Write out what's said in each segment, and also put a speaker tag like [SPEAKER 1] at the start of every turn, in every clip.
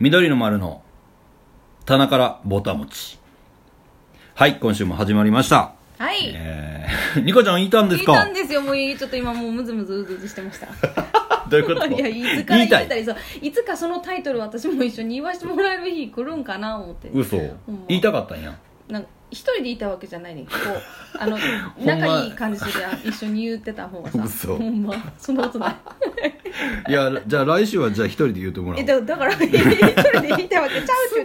[SPEAKER 1] 緑の丸の棚からぼたもち。はい、今週も始まりました。
[SPEAKER 2] はい、
[SPEAKER 1] えー、 ニコちゃんいたんです
[SPEAKER 2] 聞い
[SPEAKER 1] か
[SPEAKER 2] たんですよもうちょっと今もうムズムズうずうずしてました
[SPEAKER 1] どういうこと
[SPEAKER 2] いやいつから言った
[SPEAKER 1] い
[SPEAKER 2] りそういつかそのタイトル私も一緒に言わせてもらえる日来るんかな思って
[SPEAKER 1] 嘘
[SPEAKER 2] んま
[SPEAKER 1] 言いたかったんや。
[SPEAKER 2] なんか一人でいたわけじゃないねんこ うあの
[SPEAKER 1] ま
[SPEAKER 2] 仲いい感じであ一緒に言ってた方がさ
[SPEAKER 1] 嘘
[SPEAKER 2] ほんまそんなことない
[SPEAKER 1] いや、じゃあ来週はじゃあ一人で言うてもらお
[SPEAKER 2] え
[SPEAKER 1] う。
[SPEAKER 2] だ だから一人で言いたいわけちゃうっ
[SPEAKER 1] す
[SPEAKER 2] て言って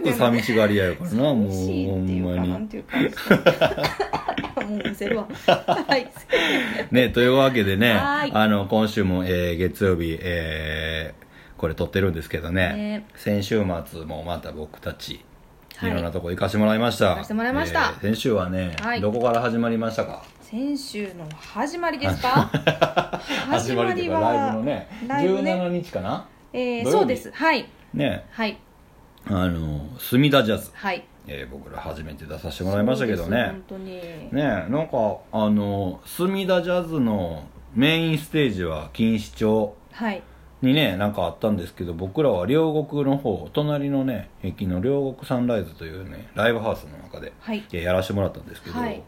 [SPEAKER 1] ぐ
[SPEAKER 2] んの
[SPEAKER 1] 寂しがり屋やからな、もう、
[SPEAKER 2] 欲し
[SPEAKER 1] ほ
[SPEAKER 2] いってい
[SPEAKER 1] ん
[SPEAKER 2] う
[SPEAKER 1] ま
[SPEAKER 2] かなん
[SPEAKER 1] に。
[SPEAKER 2] ていうか もう見せる わはい
[SPEAKER 1] ね、というわけでね、
[SPEAKER 2] はーい
[SPEAKER 1] あの、今週も、えー、月曜日、えー、これ撮ってるんですけどね
[SPEAKER 2] ね、
[SPEAKER 1] 先週末もまた僕たち、い
[SPEAKER 2] はい
[SPEAKER 1] ろんなとこ行かしてもらいました。
[SPEAKER 2] 行かしてもらいました
[SPEAKER 1] えー先週はね、
[SPEAKER 2] はい
[SPEAKER 1] どこから始まりましたか
[SPEAKER 2] 先週の始まりですか
[SPEAKER 1] 始まりというかライブのね
[SPEAKER 2] ライブね
[SPEAKER 1] 17日かな
[SPEAKER 2] え
[SPEAKER 1] 土曜日
[SPEAKER 2] ー、そうですはい
[SPEAKER 1] ね
[SPEAKER 2] はい
[SPEAKER 1] あの隅田ジャズ、
[SPEAKER 2] はい
[SPEAKER 1] えー僕ら初めて出させてもらいましたけどね
[SPEAKER 2] そうです本当に
[SPEAKER 1] ねなんかあの隅田ジャズのメインステージは錦糸町
[SPEAKER 2] はい
[SPEAKER 1] にねなんかあったんですけど僕らは両国の方隣のね駅の両国サンライズというねライブハウスの中で
[SPEAKER 2] はい
[SPEAKER 1] いややらせてもらったんですけど、
[SPEAKER 2] はい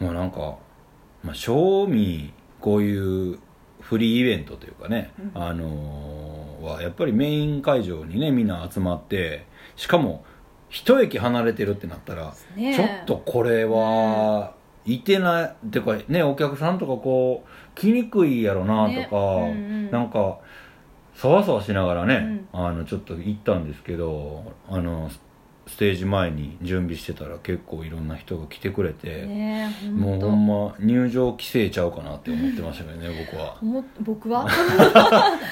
[SPEAKER 1] もうなんか、まあ、正味こういうフリーイベントというかね、
[SPEAKER 2] うん
[SPEAKER 1] あのーはやっぱりメイン会場にねみんな集まってしかも一駅離れてるってなったら、
[SPEAKER 2] ねえ
[SPEAKER 1] ちょっとこれは。いてないてかねお客さんとかこう来にくいやろなとか、
[SPEAKER 2] ねうんうん
[SPEAKER 1] なんかそわそわしながらね、
[SPEAKER 2] う
[SPEAKER 1] あのちょっと行ったんですけどあのスステージ前に準備してたら結構いろんな人が来てくれて、
[SPEAKER 2] ねえ
[SPEAKER 1] も
[SPEAKER 2] 本
[SPEAKER 1] う
[SPEAKER 2] 当
[SPEAKER 1] ほんま入場規制ちゃうかなって思ってましたけどね僕は
[SPEAKER 2] も僕は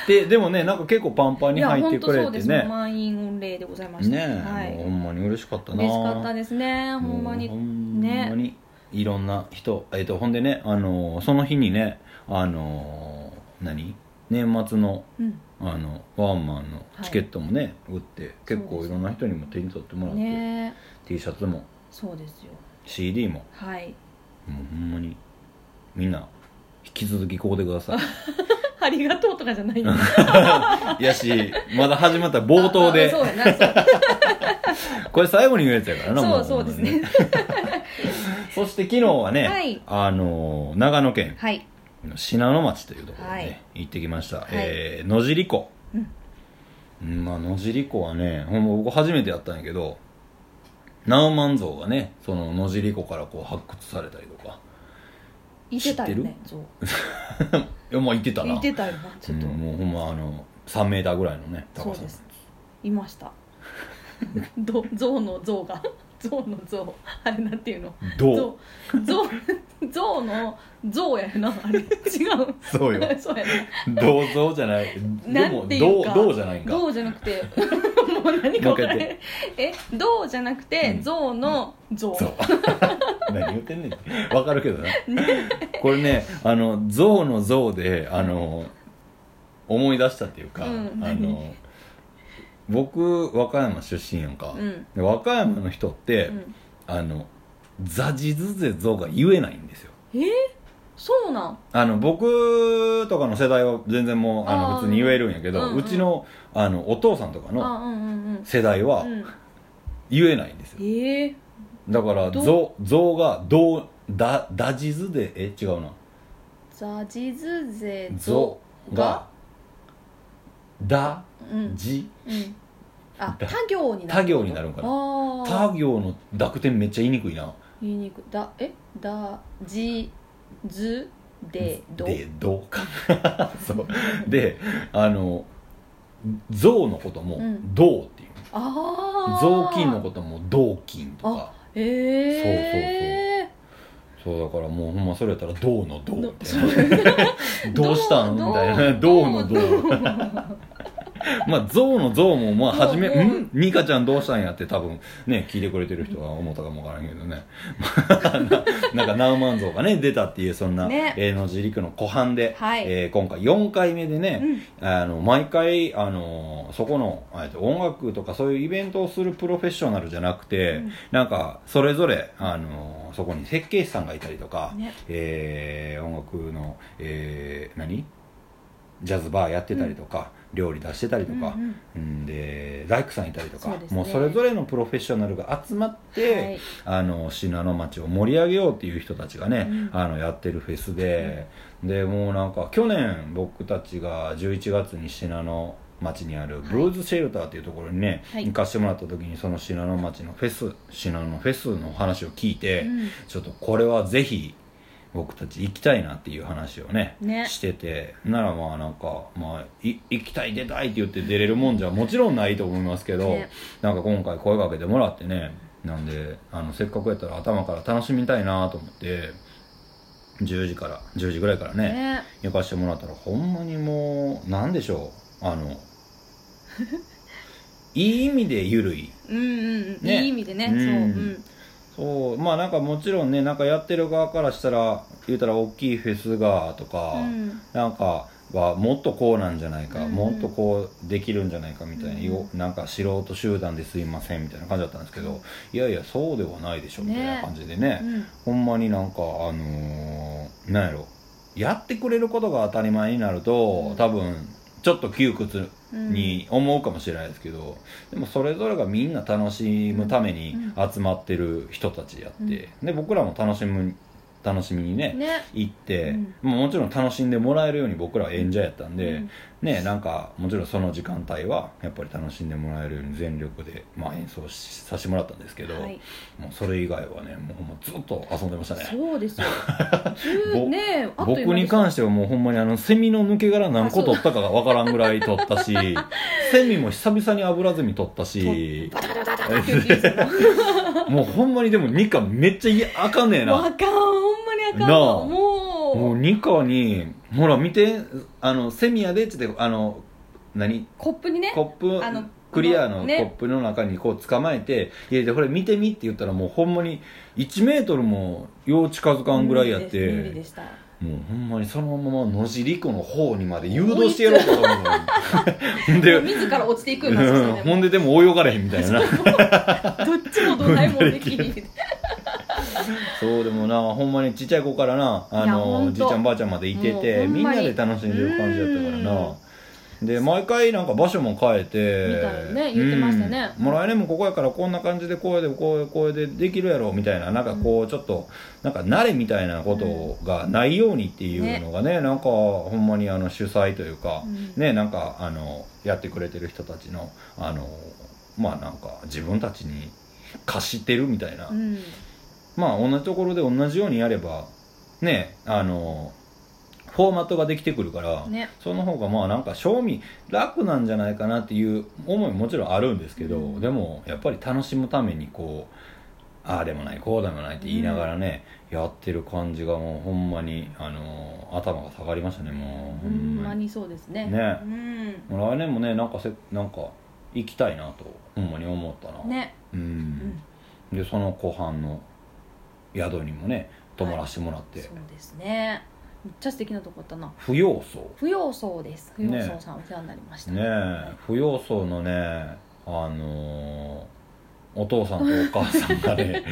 [SPEAKER 1] ででもねなんか結構パンパン
[SPEAKER 2] い
[SPEAKER 1] に
[SPEAKER 2] や
[SPEAKER 1] 入っ
[SPEAKER 2] 本
[SPEAKER 1] て
[SPEAKER 2] 当
[SPEAKER 1] くれ
[SPEAKER 2] そう
[SPEAKER 1] て
[SPEAKER 2] です、
[SPEAKER 1] ね
[SPEAKER 2] 満員御礼でございました
[SPEAKER 1] ね
[SPEAKER 2] は
[SPEAKER 1] もう
[SPEAKER 2] い
[SPEAKER 1] ほんまに嬉しかったな
[SPEAKER 2] 嬉しかったですねほんまに
[SPEAKER 1] もうほんま
[SPEAKER 2] ね
[SPEAKER 1] にいろんな人、えっとほんでね、あのーその日にね、あのー何年末の
[SPEAKER 2] うん
[SPEAKER 1] あのワンマンのチケットもね、売って結
[SPEAKER 2] そう
[SPEAKER 1] 構
[SPEAKER 2] で
[SPEAKER 1] い
[SPEAKER 2] す
[SPEAKER 1] ろんな人にも手に取ってもらって、
[SPEAKER 2] ねえ
[SPEAKER 1] T シャツも
[SPEAKER 2] そうですよ
[SPEAKER 1] CD も
[SPEAKER 2] はい
[SPEAKER 1] もうほんまにみんな引き続きここでくださ
[SPEAKER 2] ありがとうとかじゃない
[SPEAKER 1] いやしまだ始まった冒頭
[SPEAKER 2] ああ
[SPEAKER 1] で
[SPEAKER 2] そうやなそう
[SPEAKER 1] これ最後に言うやつやからな
[SPEAKER 2] そ
[SPEAKER 1] も
[SPEAKER 2] うそうです
[SPEAKER 1] ほん
[SPEAKER 2] ね
[SPEAKER 1] まに そして昨日はね、
[SPEAKER 2] はい
[SPEAKER 1] あのー長野県
[SPEAKER 2] はい
[SPEAKER 1] の信濃町というところにね、
[SPEAKER 2] はい
[SPEAKER 1] 行ってきました、
[SPEAKER 2] い
[SPEAKER 1] えー野尻湖、
[SPEAKER 2] うん
[SPEAKER 1] うんまあ、野尻湖はねほんま僕初めてやったんやけどナウマン像がねその野尻湖からこう発掘されたりとか
[SPEAKER 2] 言ってたよねそう
[SPEAKER 1] いやまあ行ってたな
[SPEAKER 2] 言ってたよなちょっと、
[SPEAKER 1] うんもうほんまあの3メーターぐらいのね
[SPEAKER 2] そ
[SPEAKER 1] 高
[SPEAKER 2] う
[SPEAKER 1] さ
[SPEAKER 2] ですいました ど象の象が象の象あれなんていうの
[SPEAKER 1] どう
[SPEAKER 2] 象象象の象やよなあれ違う
[SPEAKER 1] そうよ
[SPEAKER 2] そうや
[SPEAKER 1] 銅像じゃない
[SPEAKER 2] な
[SPEAKER 1] で
[SPEAKER 2] な
[SPEAKER 1] も
[SPEAKER 2] んてい
[SPEAKER 1] 銅
[SPEAKER 2] うか
[SPEAKER 1] 銅じゃないんか
[SPEAKER 2] 象じゃなくて もう何か
[SPEAKER 1] もう
[SPEAKER 2] 分
[SPEAKER 1] 一回
[SPEAKER 2] から
[SPEAKER 1] 言っ
[SPEAKER 2] へんえ象じゃなくて
[SPEAKER 1] うん
[SPEAKER 2] 象の象
[SPEAKER 1] そう 何言ってんねんわかるけどな、これねあの象の象であの思い出したっていうか、
[SPEAKER 2] うん
[SPEAKER 1] あの
[SPEAKER 2] 何
[SPEAKER 1] 僕和歌山出身やんか、
[SPEAKER 2] うん
[SPEAKER 1] で和歌山の人って、
[SPEAKER 2] うん
[SPEAKER 1] あのザジズゼゾが言えないんですよ
[SPEAKER 2] えーそうなん
[SPEAKER 1] あの僕とかの世代は全然もうあの
[SPEAKER 2] あー
[SPEAKER 1] 普通に言えるんやけど、う
[SPEAKER 2] うんうん
[SPEAKER 1] ちのあのお父さんとかの
[SPEAKER 2] あうんうん
[SPEAKER 1] 世代は
[SPEAKER 2] うんうん
[SPEAKER 1] 言えないんですよ、
[SPEAKER 2] えー
[SPEAKER 1] だから
[SPEAKER 2] ど
[SPEAKER 1] ゾゾがどうだダジズでえ違うな
[SPEAKER 2] ザジズゼ
[SPEAKER 1] ゾがだ
[SPEAKER 2] うん
[SPEAKER 1] じ
[SPEAKER 2] うんあ
[SPEAKER 1] だ
[SPEAKER 2] 他行になる
[SPEAKER 1] 他行になるんかな
[SPEAKER 2] ああ
[SPEAKER 1] 他行の濁点めっちゃ言いにくいな
[SPEAKER 2] 言いにくいだえだじずでど
[SPEAKER 1] でどう かそうであの象のことも
[SPEAKER 2] うん
[SPEAKER 1] 銅っていう
[SPEAKER 2] ああ
[SPEAKER 1] 雑巾のことも銅金とか
[SPEAKER 2] ええ
[SPEAKER 1] そうだからもうほんまそれやったら銅の銅み
[SPEAKER 2] ど
[SPEAKER 1] たいな どうしたんみ
[SPEAKER 2] ど
[SPEAKER 1] たいな銅の銅 まあ象の象もまあ初め「
[SPEAKER 2] どうん
[SPEAKER 1] ニカちゃんどうしたんや」って多分ね聞いてくれてる人は思ったかもわからんけどね なんかナウマン像がね出たっていうそんな、
[SPEAKER 2] ね
[SPEAKER 1] えー野尻区の湖畔で、
[SPEAKER 2] はい
[SPEAKER 1] えー今回4回目でね、
[SPEAKER 2] うん
[SPEAKER 1] あの毎回あのそこのえっと音楽とかそういうイベントをするプロフェッショナルじゃなくて、
[SPEAKER 2] うん
[SPEAKER 1] なんかそれぞれあのそこに設計士さんがいたりとか、
[SPEAKER 2] ね
[SPEAKER 1] えー音楽の、えー何ジャズバーやってたりとか、料理出してたりとか、
[SPEAKER 2] うんうん
[SPEAKER 1] うんで大工さんいたりとか
[SPEAKER 2] そうですね
[SPEAKER 1] もうそれぞれのプロフェッショナルが集まって、
[SPEAKER 2] はい
[SPEAKER 1] あの信濃町を盛り上げようっていう人たちがね、
[SPEAKER 2] うん
[SPEAKER 1] あのやってるフェスで、でもうなんか去年僕たちが11月に信濃町にあるブルーズシェルターっていうところにね、
[SPEAKER 2] はい
[SPEAKER 1] 行かしてもらった時にその信濃町のフェス信濃フェスの話を聞いて、
[SPEAKER 2] うん
[SPEAKER 1] ちょっとこれはぜひ僕たち行きたいなっていう話をね
[SPEAKER 2] ね
[SPEAKER 1] しててならまあなんか、まあ、い行きたい出たいって言って出れるもんじゃもちろんないと思いますけど、
[SPEAKER 2] ね
[SPEAKER 1] なんか今回声かけてもらってねなんであのせっかくやったら頭から楽しみたいなと思って10時から10時ぐらいからね
[SPEAKER 2] ね
[SPEAKER 1] 行かしてもらったらほんまにもうなんでしょうあ のいい意味でゆるい
[SPEAKER 2] うんうんうん、
[SPEAKER 1] ね
[SPEAKER 2] いい意味でね、
[SPEAKER 1] うん
[SPEAKER 2] そう、
[SPEAKER 1] そ
[SPEAKER 2] うん、
[SPEAKER 1] うまあなんかもちろんねなんかやってる側からしたら言うたら大きいフェスがとか、
[SPEAKER 2] うん
[SPEAKER 1] なんかはもっとこうなんじゃないか、
[SPEAKER 2] うん
[SPEAKER 1] もっとこうできるんじゃないかみたいな、
[SPEAKER 2] うん
[SPEAKER 1] よなんか素人集団ですいませんみたいな感じだったんですけど、いやいやそうではないでしょみたいな感じでね
[SPEAKER 2] うん
[SPEAKER 1] ほんまになんかあのー、なんやろやってくれることが当たり前になると、
[SPEAKER 2] うん
[SPEAKER 1] 多分ちょっと窮屈
[SPEAKER 2] うん
[SPEAKER 1] に思うかもしれないですけど、でもそれぞれがみんな楽しむために集まってる人たちやって、
[SPEAKER 2] うん
[SPEAKER 1] で僕らも楽しむ楽しみにね
[SPEAKER 2] ね
[SPEAKER 1] 行って、
[SPEAKER 2] うん
[SPEAKER 1] まあもちろん楽しんでもらえるように僕らは演者やったんで、
[SPEAKER 2] うん
[SPEAKER 1] ねなんかもちろんその時間帯はやっぱり楽しんでもらえるように全力で、まあ、演奏しさせてもらったんですけど、
[SPEAKER 2] はい、
[SPEAKER 1] もうそれ以外はねもうもうずっと遊んでましたね。
[SPEAKER 2] そうで すよ
[SPEAKER 1] ぼ
[SPEAKER 2] 十ねあっと
[SPEAKER 1] 僕
[SPEAKER 2] いう間
[SPEAKER 1] に
[SPEAKER 2] でした
[SPEAKER 1] 関してはもうほんまにあのセミの抜け殻何個取ったかがわからんぐらい取った しセミも久々に油ゼミ取ったし
[SPEAKER 2] バタバタバタバタって言ってる
[SPEAKER 1] もうほんまにでもニカめっちゃいやあかんねえ
[SPEAKER 2] わ
[SPEAKER 1] な
[SPEAKER 2] か
[SPEAKER 1] ん
[SPEAKER 2] ほんまにあかん
[SPEAKER 1] なあ
[SPEAKER 2] わ
[SPEAKER 1] も
[SPEAKER 2] も
[SPEAKER 1] う
[SPEAKER 2] う
[SPEAKER 1] ニカに「ほら見てあのセミやで」っつってあの何
[SPEAKER 2] コップにね
[SPEAKER 1] コップ
[SPEAKER 2] あの
[SPEAKER 1] クリアのコ
[SPEAKER 2] ね
[SPEAKER 1] ップの中にこう捕まえて入れて「ほら見てみ」って言ったらもうほんまに1メートルもよう近づかんぐらいやっ
[SPEAKER 2] 無理
[SPEAKER 1] て
[SPEAKER 2] でした
[SPEAKER 1] もうほんまにそのまま野尻湖の方にまで誘導してやろうかと思うのに
[SPEAKER 2] で
[SPEAKER 1] で
[SPEAKER 2] 自ら落ちていくようになって
[SPEAKER 1] うん
[SPEAKER 2] た
[SPEAKER 1] ほんででも泳がれへんみたいな
[SPEAKER 2] どっちもどないもでき
[SPEAKER 1] 踏
[SPEAKER 2] ん
[SPEAKER 1] そうでもなほんまにちっちゃい子からなあ
[SPEAKER 2] いや
[SPEAKER 1] の
[SPEAKER 2] ほん
[SPEAKER 1] じ
[SPEAKER 2] と
[SPEAKER 1] いちゃんばあちゃんまでいて
[SPEAKER 2] もう
[SPEAKER 1] て
[SPEAKER 2] ほん
[SPEAKER 1] みん
[SPEAKER 2] ま
[SPEAKER 1] な
[SPEAKER 2] に
[SPEAKER 1] で楽しんでる感じだったから
[SPEAKER 2] う
[SPEAKER 1] なで毎回なんか場所も変えて
[SPEAKER 2] みたいね言ってましたね
[SPEAKER 1] うんもう来年もここやからこんな感じでこうやでこうこうでできるやろみたいななんかこうちょっとなんか慣れみたいなことがないようにっていうのがねなんかほんまにあの主催というか、
[SPEAKER 2] うん
[SPEAKER 1] ねなんかあのやってくれてる人たちのあのまあなんか自分たちに貸してるみたいな、
[SPEAKER 2] うん
[SPEAKER 1] まあ同じところで同じようにやればねあのフォーマットができてくるから、
[SPEAKER 2] ね
[SPEAKER 1] その方がまあなんか賞味楽なんじゃないかなっていう思いももちろんあるんですけど、
[SPEAKER 2] うん
[SPEAKER 1] でもやっぱり楽しむためにこうああでもないこうでもないって言いながらね、やってる感じがもうほんまにあの頭が下がりましたねもう
[SPEAKER 2] ほんまにそうですね
[SPEAKER 1] ね
[SPEAKER 2] うん
[SPEAKER 1] もう来年もねなんかせなんか行きたいなとほんまに思ったな、
[SPEAKER 2] ね
[SPEAKER 1] う
[SPEAKER 2] うんん
[SPEAKER 1] でその後半の宿にもね泊まらせてもらって、
[SPEAKER 2] そうですねめっちゃ素敵なとこだったな
[SPEAKER 1] 不要層
[SPEAKER 2] 不要層です不要層さんお世話になりました
[SPEAKER 1] ねえ不要層のねあのーお父さんとお母さんが ね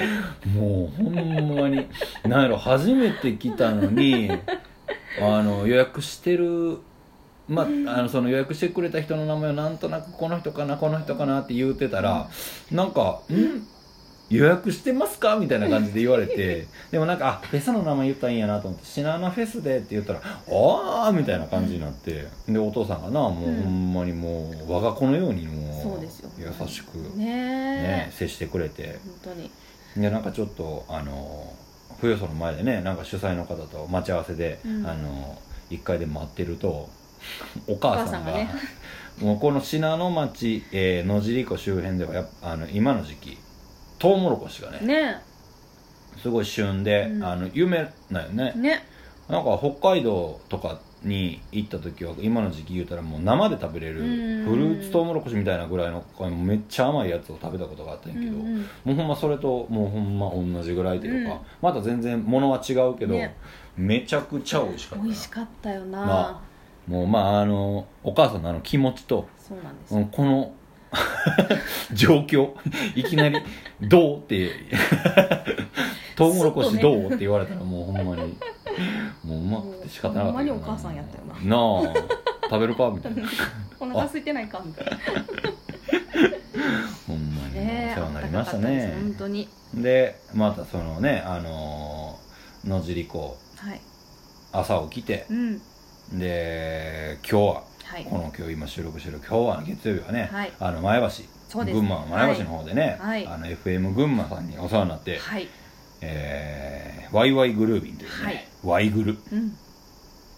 [SPEAKER 1] もうほんまになんやろ初めて来たのにあの予約してるまあ、あのその予約してくれた人の名前をなんとなくこの人かなこの人かなって言うてたらなんか「ん予約してますか?」みたいな感じで言われてでもなんか「あフェスの名前言ったらいいんやな」と思って「シナナフェスで」って言ったら「ああ」みたいな感じになってでお父さんがなもう
[SPEAKER 2] うん
[SPEAKER 1] ほんまにもう我が子のように
[SPEAKER 2] そ
[SPEAKER 1] も
[SPEAKER 2] うですよ
[SPEAKER 1] 優しく、ね
[SPEAKER 2] ねえ
[SPEAKER 1] 接してくれて
[SPEAKER 2] 本当に
[SPEAKER 1] でなんかちょっとあの富裕層の前でねなんか主催の方と待ち合わせで、
[SPEAKER 2] うん
[SPEAKER 1] あの1階で待ってるとお母さんが
[SPEAKER 2] お母さんがね
[SPEAKER 1] もうこの信濃町、えー野尻湖周辺ではやっぱあの今の時期トウモロコシがね
[SPEAKER 2] ね
[SPEAKER 1] すごい旬で、
[SPEAKER 2] うん
[SPEAKER 1] あの夢なんよね、
[SPEAKER 2] ね
[SPEAKER 1] なんか北海道とかに行った時は今の時期言うたらもう生で食べれる
[SPEAKER 2] うん
[SPEAKER 1] フルーツトウモロコシみたいなぐらいのこれめっちゃ甘いやつを食べたことがあったんやけど、
[SPEAKER 2] うんうん
[SPEAKER 1] もうほんまそれともうほんま同じぐらいというか、
[SPEAKER 2] うん
[SPEAKER 1] また全然物は違うけど、
[SPEAKER 2] ね
[SPEAKER 1] めちゃくちゃ美味しかった
[SPEAKER 2] 美
[SPEAKER 1] な
[SPEAKER 2] 味しかったよな、
[SPEAKER 1] なもうまああのお母さんのあの気持ちと、
[SPEAKER 2] そうなんです
[SPEAKER 1] う
[SPEAKER 2] よ、
[SPEAKER 1] んこの 状況いきな り「どう?」って「トウモロコシどう?」って言われたらもうほんまにもううまくて仕方なかったけど
[SPEAKER 2] ほんまにお母さんやったよ
[SPEAKER 1] なあ食べるかみた いな
[SPEAKER 2] お腹空いてないかみたいな
[SPEAKER 1] ほんまにお
[SPEAKER 2] ね
[SPEAKER 1] 世話になりました
[SPEAKER 2] あったかかっ
[SPEAKER 1] ね
[SPEAKER 2] です本当に
[SPEAKER 1] でまたそのねあのー野尻湖
[SPEAKER 2] はい
[SPEAKER 1] 朝起きて
[SPEAKER 2] うん
[SPEAKER 1] で今日は
[SPEAKER 2] はい
[SPEAKER 1] この今日今収録してる今日は月曜日はね、
[SPEAKER 2] はい
[SPEAKER 1] あの前
[SPEAKER 2] そ
[SPEAKER 1] 橋、
[SPEAKER 2] うです
[SPEAKER 1] 群馬の前橋の方でね、
[SPEAKER 2] はい
[SPEAKER 1] あの FM 群馬さんにお世話になって、
[SPEAKER 2] はい
[SPEAKER 1] えー、ワイワイグルービンというね、ワイグル
[SPEAKER 2] うん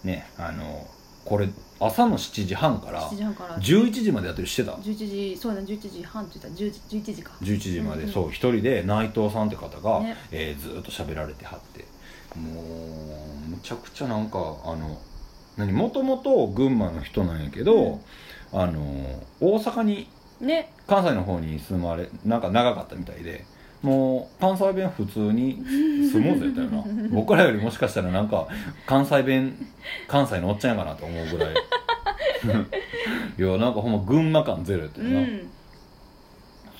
[SPEAKER 1] ねあのこれ朝の7時半から
[SPEAKER 2] 7時半から
[SPEAKER 1] 11時までやってるしてた
[SPEAKER 2] 11時そうだね11時半って言ったら10 11時か
[SPEAKER 1] 11時まで、
[SPEAKER 2] うんうん
[SPEAKER 1] そう一人で内藤さんって方が、
[SPEAKER 2] ね
[SPEAKER 1] えーずーっと喋られてはってもうむちゃくちゃなんかあの何もともと群馬の人なんやけど、あの大阪に
[SPEAKER 2] ね
[SPEAKER 1] 関西の方に住まれなんか長かったみたいでもう関西弁普通に住もうぜみたいな 僕らよりもしかしたらなんか関西弁関西のおっちゃんやかなと思うぐらい いやなんかほんま群馬感ゼロやった
[SPEAKER 2] う
[SPEAKER 1] よな、
[SPEAKER 2] ん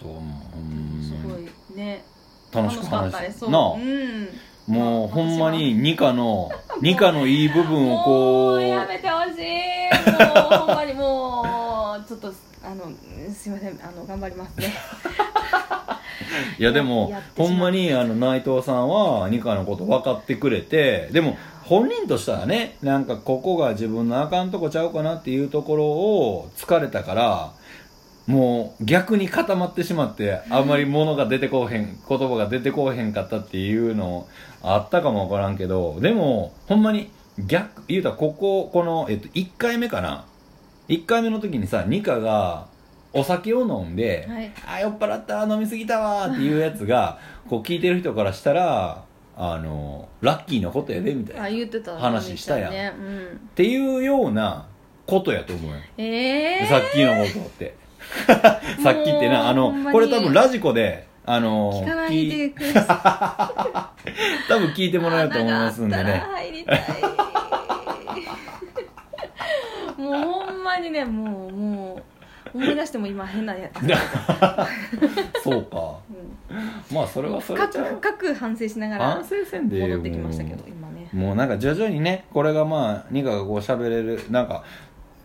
[SPEAKER 1] そうもうほんますに
[SPEAKER 2] ごいね
[SPEAKER 1] 楽しく
[SPEAKER 2] か
[SPEAKER 1] 話
[SPEAKER 2] ったです
[SPEAKER 1] し
[SPEAKER 2] そ
[SPEAKER 1] て
[SPEAKER 2] う
[SPEAKER 1] なあ
[SPEAKER 2] うん
[SPEAKER 1] もうほんまに二課の二課のいい部分をこ
[SPEAKER 2] も
[SPEAKER 1] う
[SPEAKER 2] うやめてほしいもうほんまにもうちょっとあのすいませんあの頑張りますね
[SPEAKER 1] いやでも
[SPEAKER 2] やってしま
[SPEAKER 1] ほ
[SPEAKER 2] うん
[SPEAKER 1] まにあの内藤さんは二課のこと分かってくれてでも本人としたらねなんかここが自分のあかんとこちゃうかなっていうところを疲れたからもう逆に固まってしまってあんまり物が出てこうへん言葉が出てこうへんかったっていうのあったかも分からんけどでもほんまに逆言うたらこここの、えっと、1回目かな1回目の時にさ二課がお酒を飲んで、
[SPEAKER 2] はい
[SPEAKER 1] あ酔っ払った飲みすぎたわーっていうやつ がこう聞いてる人からしたらあのラッキーなことやでみたいな
[SPEAKER 2] あ
[SPEAKER 1] っ
[SPEAKER 2] 言ってた
[SPEAKER 1] 話したやん
[SPEAKER 2] ねうん
[SPEAKER 1] ていうようなことやと思うよ、
[SPEAKER 2] ええ
[SPEAKER 1] さっきのことって さっきってなあ
[SPEAKER 2] も
[SPEAKER 1] の
[SPEAKER 2] うほんまに
[SPEAKER 1] これ多分ラジコであの
[SPEAKER 2] 聞かない
[SPEAKER 1] 聞い
[SPEAKER 2] でください
[SPEAKER 1] 多分聞いてもらえると思いますんで
[SPEAKER 2] 穴があっ
[SPEAKER 1] ね
[SPEAKER 2] たら入りたいもうほんまにねもうもう思い出しても今変なやつ、うん
[SPEAKER 1] そうかまあそれはそれ
[SPEAKER 2] 深
[SPEAKER 1] ち
[SPEAKER 2] く
[SPEAKER 1] ゃう
[SPEAKER 2] 深く反省しなが
[SPEAKER 1] 反
[SPEAKER 2] ら
[SPEAKER 1] 省せんでええ
[SPEAKER 2] 戻
[SPEAKER 1] よ
[SPEAKER 2] ってきましたけど今ね
[SPEAKER 1] もうなんか徐々にねこれがまあニカがこう喋れるなんか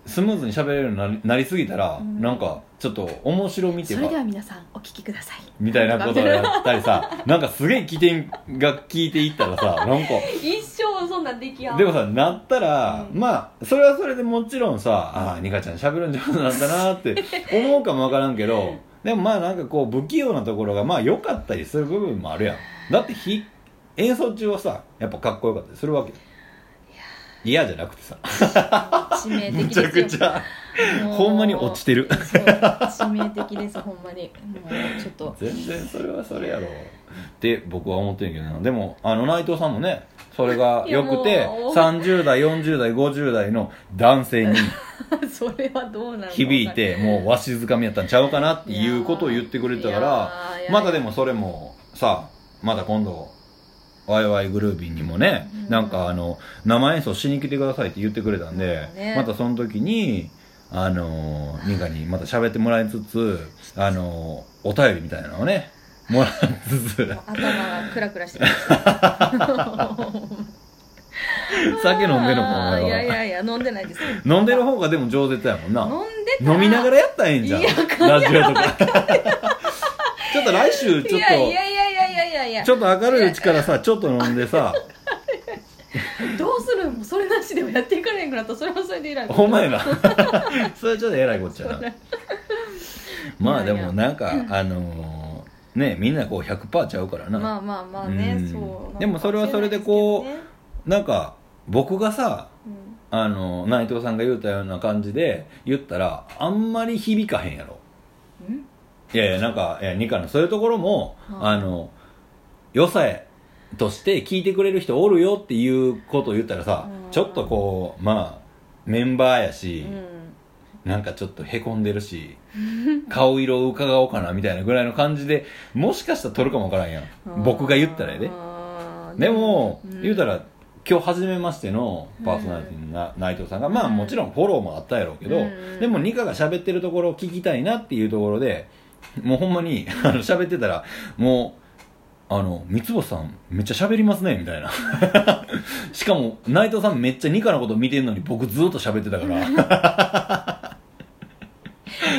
[SPEAKER 1] スムーズに喋れるようになりなりすぎたら、
[SPEAKER 2] うん
[SPEAKER 1] なんかちょっと面白みって
[SPEAKER 2] そ
[SPEAKER 1] いう
[SPEAKER 2] れで
[SPEAKER 1] か
[SPEAKER 2] は皆さんお聞きください
[SPEAKER 1] みたいな ことをや
[SPEAKER 2] とか
[SPEAKER 1] ったりさなんかすげえ起点が聞いていったら さなんか
[SPEAKER 2] 一生そんなんできやん
[SPEAKER 1] でもさなったら、
[SPEAKER 2] うん
[SPEAKER 1] まあそれはそれでもちろんさああニカちゃん喋るん上手なんだなって 思うかもわからんけどでもまあなんかこう不器用なところがまあ良かったりする部分もあるやんだってひ演奏中はさやっぱかっこよかったりするわけ嫌じゃなくてさ
[SPEAKER 2] 致命
[SPEAKER 1] む
[SPEAKER 2] 的
[SPEAKER 1] ちゃく
[SPEAKER 2] です
[SPEAKER 1] ち
[SPEAKER 2] よ
[SPEAKER 1] ゃほんまに落ちてる
[SPEAKER 2] そう致命的ですほんまにもうちょっと
[SPEAKER 1] 全然それはそれやろって僕は思ってるけどなでもあの内藤さんもねそれがよく
[SPEAKER 2] い
[SPEAKER 1] て
[SPEAKER 2] やもう
[SPEAKER 1] 30代40代50代の男性に
[SPEAKER 2] それはどうなのか
[SPEAKER 1] 響い てもうわしづかみやったんちゃうかなっていうことを言ってくれたから
[SPEAKER 2] いやーいや
[SPEAKER 1] またでもそれもさまた今度ワイワイグルービーにもね、
[SPEAKER 2] うん
[SPEAKER 1] なんかあの生演奏しに来てくださいって言ってくれたんで、
[SPEAKER 2] そうね
[SPEAKER 1] またその時にあのーニカにまた喋ってもらいつつあのーお便りみたいなのをねもらい つつ
[SPEAKER 2] もう頭がクラクラしてました
[SPEAKER 1] 酒飲んでるもん
[SPEAKER 2] あーいやい
[SPEAKER 1] な
[SPEAKER 2] やいや飲んでないです
[SPEAKER 1] 飲んでる方がでも饒舌やもん
[SPEAKER 2] 飲
[SPEAKER 1] なん
[SPEAKER 2] でた
[SPEAKER 1] 飲みながらやったらええんじゃん
[SPEAKER 2] いや
[SPEAKER 1] ラジオとか ちょっと来週ちょっ
[SPEAKER 2] いやい
[SPEAKER 1] と
[SPEAKER 2] やいやいやいやいやいや
[SPEAKER 1] ちょっと明るいうちからさちょっと飲んでさ
[SPEAKER 2] どうするもうそれなしでもやっていかれへんくなったらそれはそれでい らん
[SPEAKER 1] ほんまやなそれちょっとえらいこっちゃ
[SPEAKER 2] そう
[SPEAKER 1] な
[SPEAKER 2] ね
[SPEAKER 1] まあでもなんかあのーねみんなこう100%ちゃうからな、
[SPEAKER 2] まあまあまあね、
[SPEAKER 1] うん
[SPEAKER 2] そう
[SPEAKER 1] でもそれはそれでこう
[SPEAKER 2] なんか
[SPEAKER 1] なんか僕がさ
[SPEAKER 2] もしれないですけどね
[SPEAKER 1] あの内藤さんが言うたような感じで言ったらあんまり響かへんやろ
[SPEAKER 2] うんうん
[SPEAKER 1] いやいやなんかいやニカのそういうところも、
[SPEAKER 2] はい
[SPEAKER 1] あの良さとして聞いてくれる人おるよっていうことを言ったらさ、
[SPEAKER 2] うん
[SPEAKER 1] ちょっとこうまあメンバーやし、
[SPEAKER 2] うん
[SPEAKER 1] なんかちょっとへこんでるし顔色を伺おうかなみたいなぐらいの感じでもしかしたら撮るかもわからんやん僕が言ったらやで
[SPEAKER 2] あー
[SPEAKER 1] でも、
[SPEAKER 2] うん
[SPEAKER 1] 言うたら今日初めましてのパーソナリティのな内藤さんが、まあ
[SPEAKER 2] うん
[SPEAKER 1] もちろんフォローもあったやろうけど、
[SPEAKER 2] うん
[SPEAKER 1] でもニカが喋ってるところを聞きたいなっていうところでもうほんま にあの喋ってたらもうあの三つ星さんめっちゃ喋りますねみたいなしかも内藤さんめっちゃニカのこと見てんのに僕ずっと喋ってたから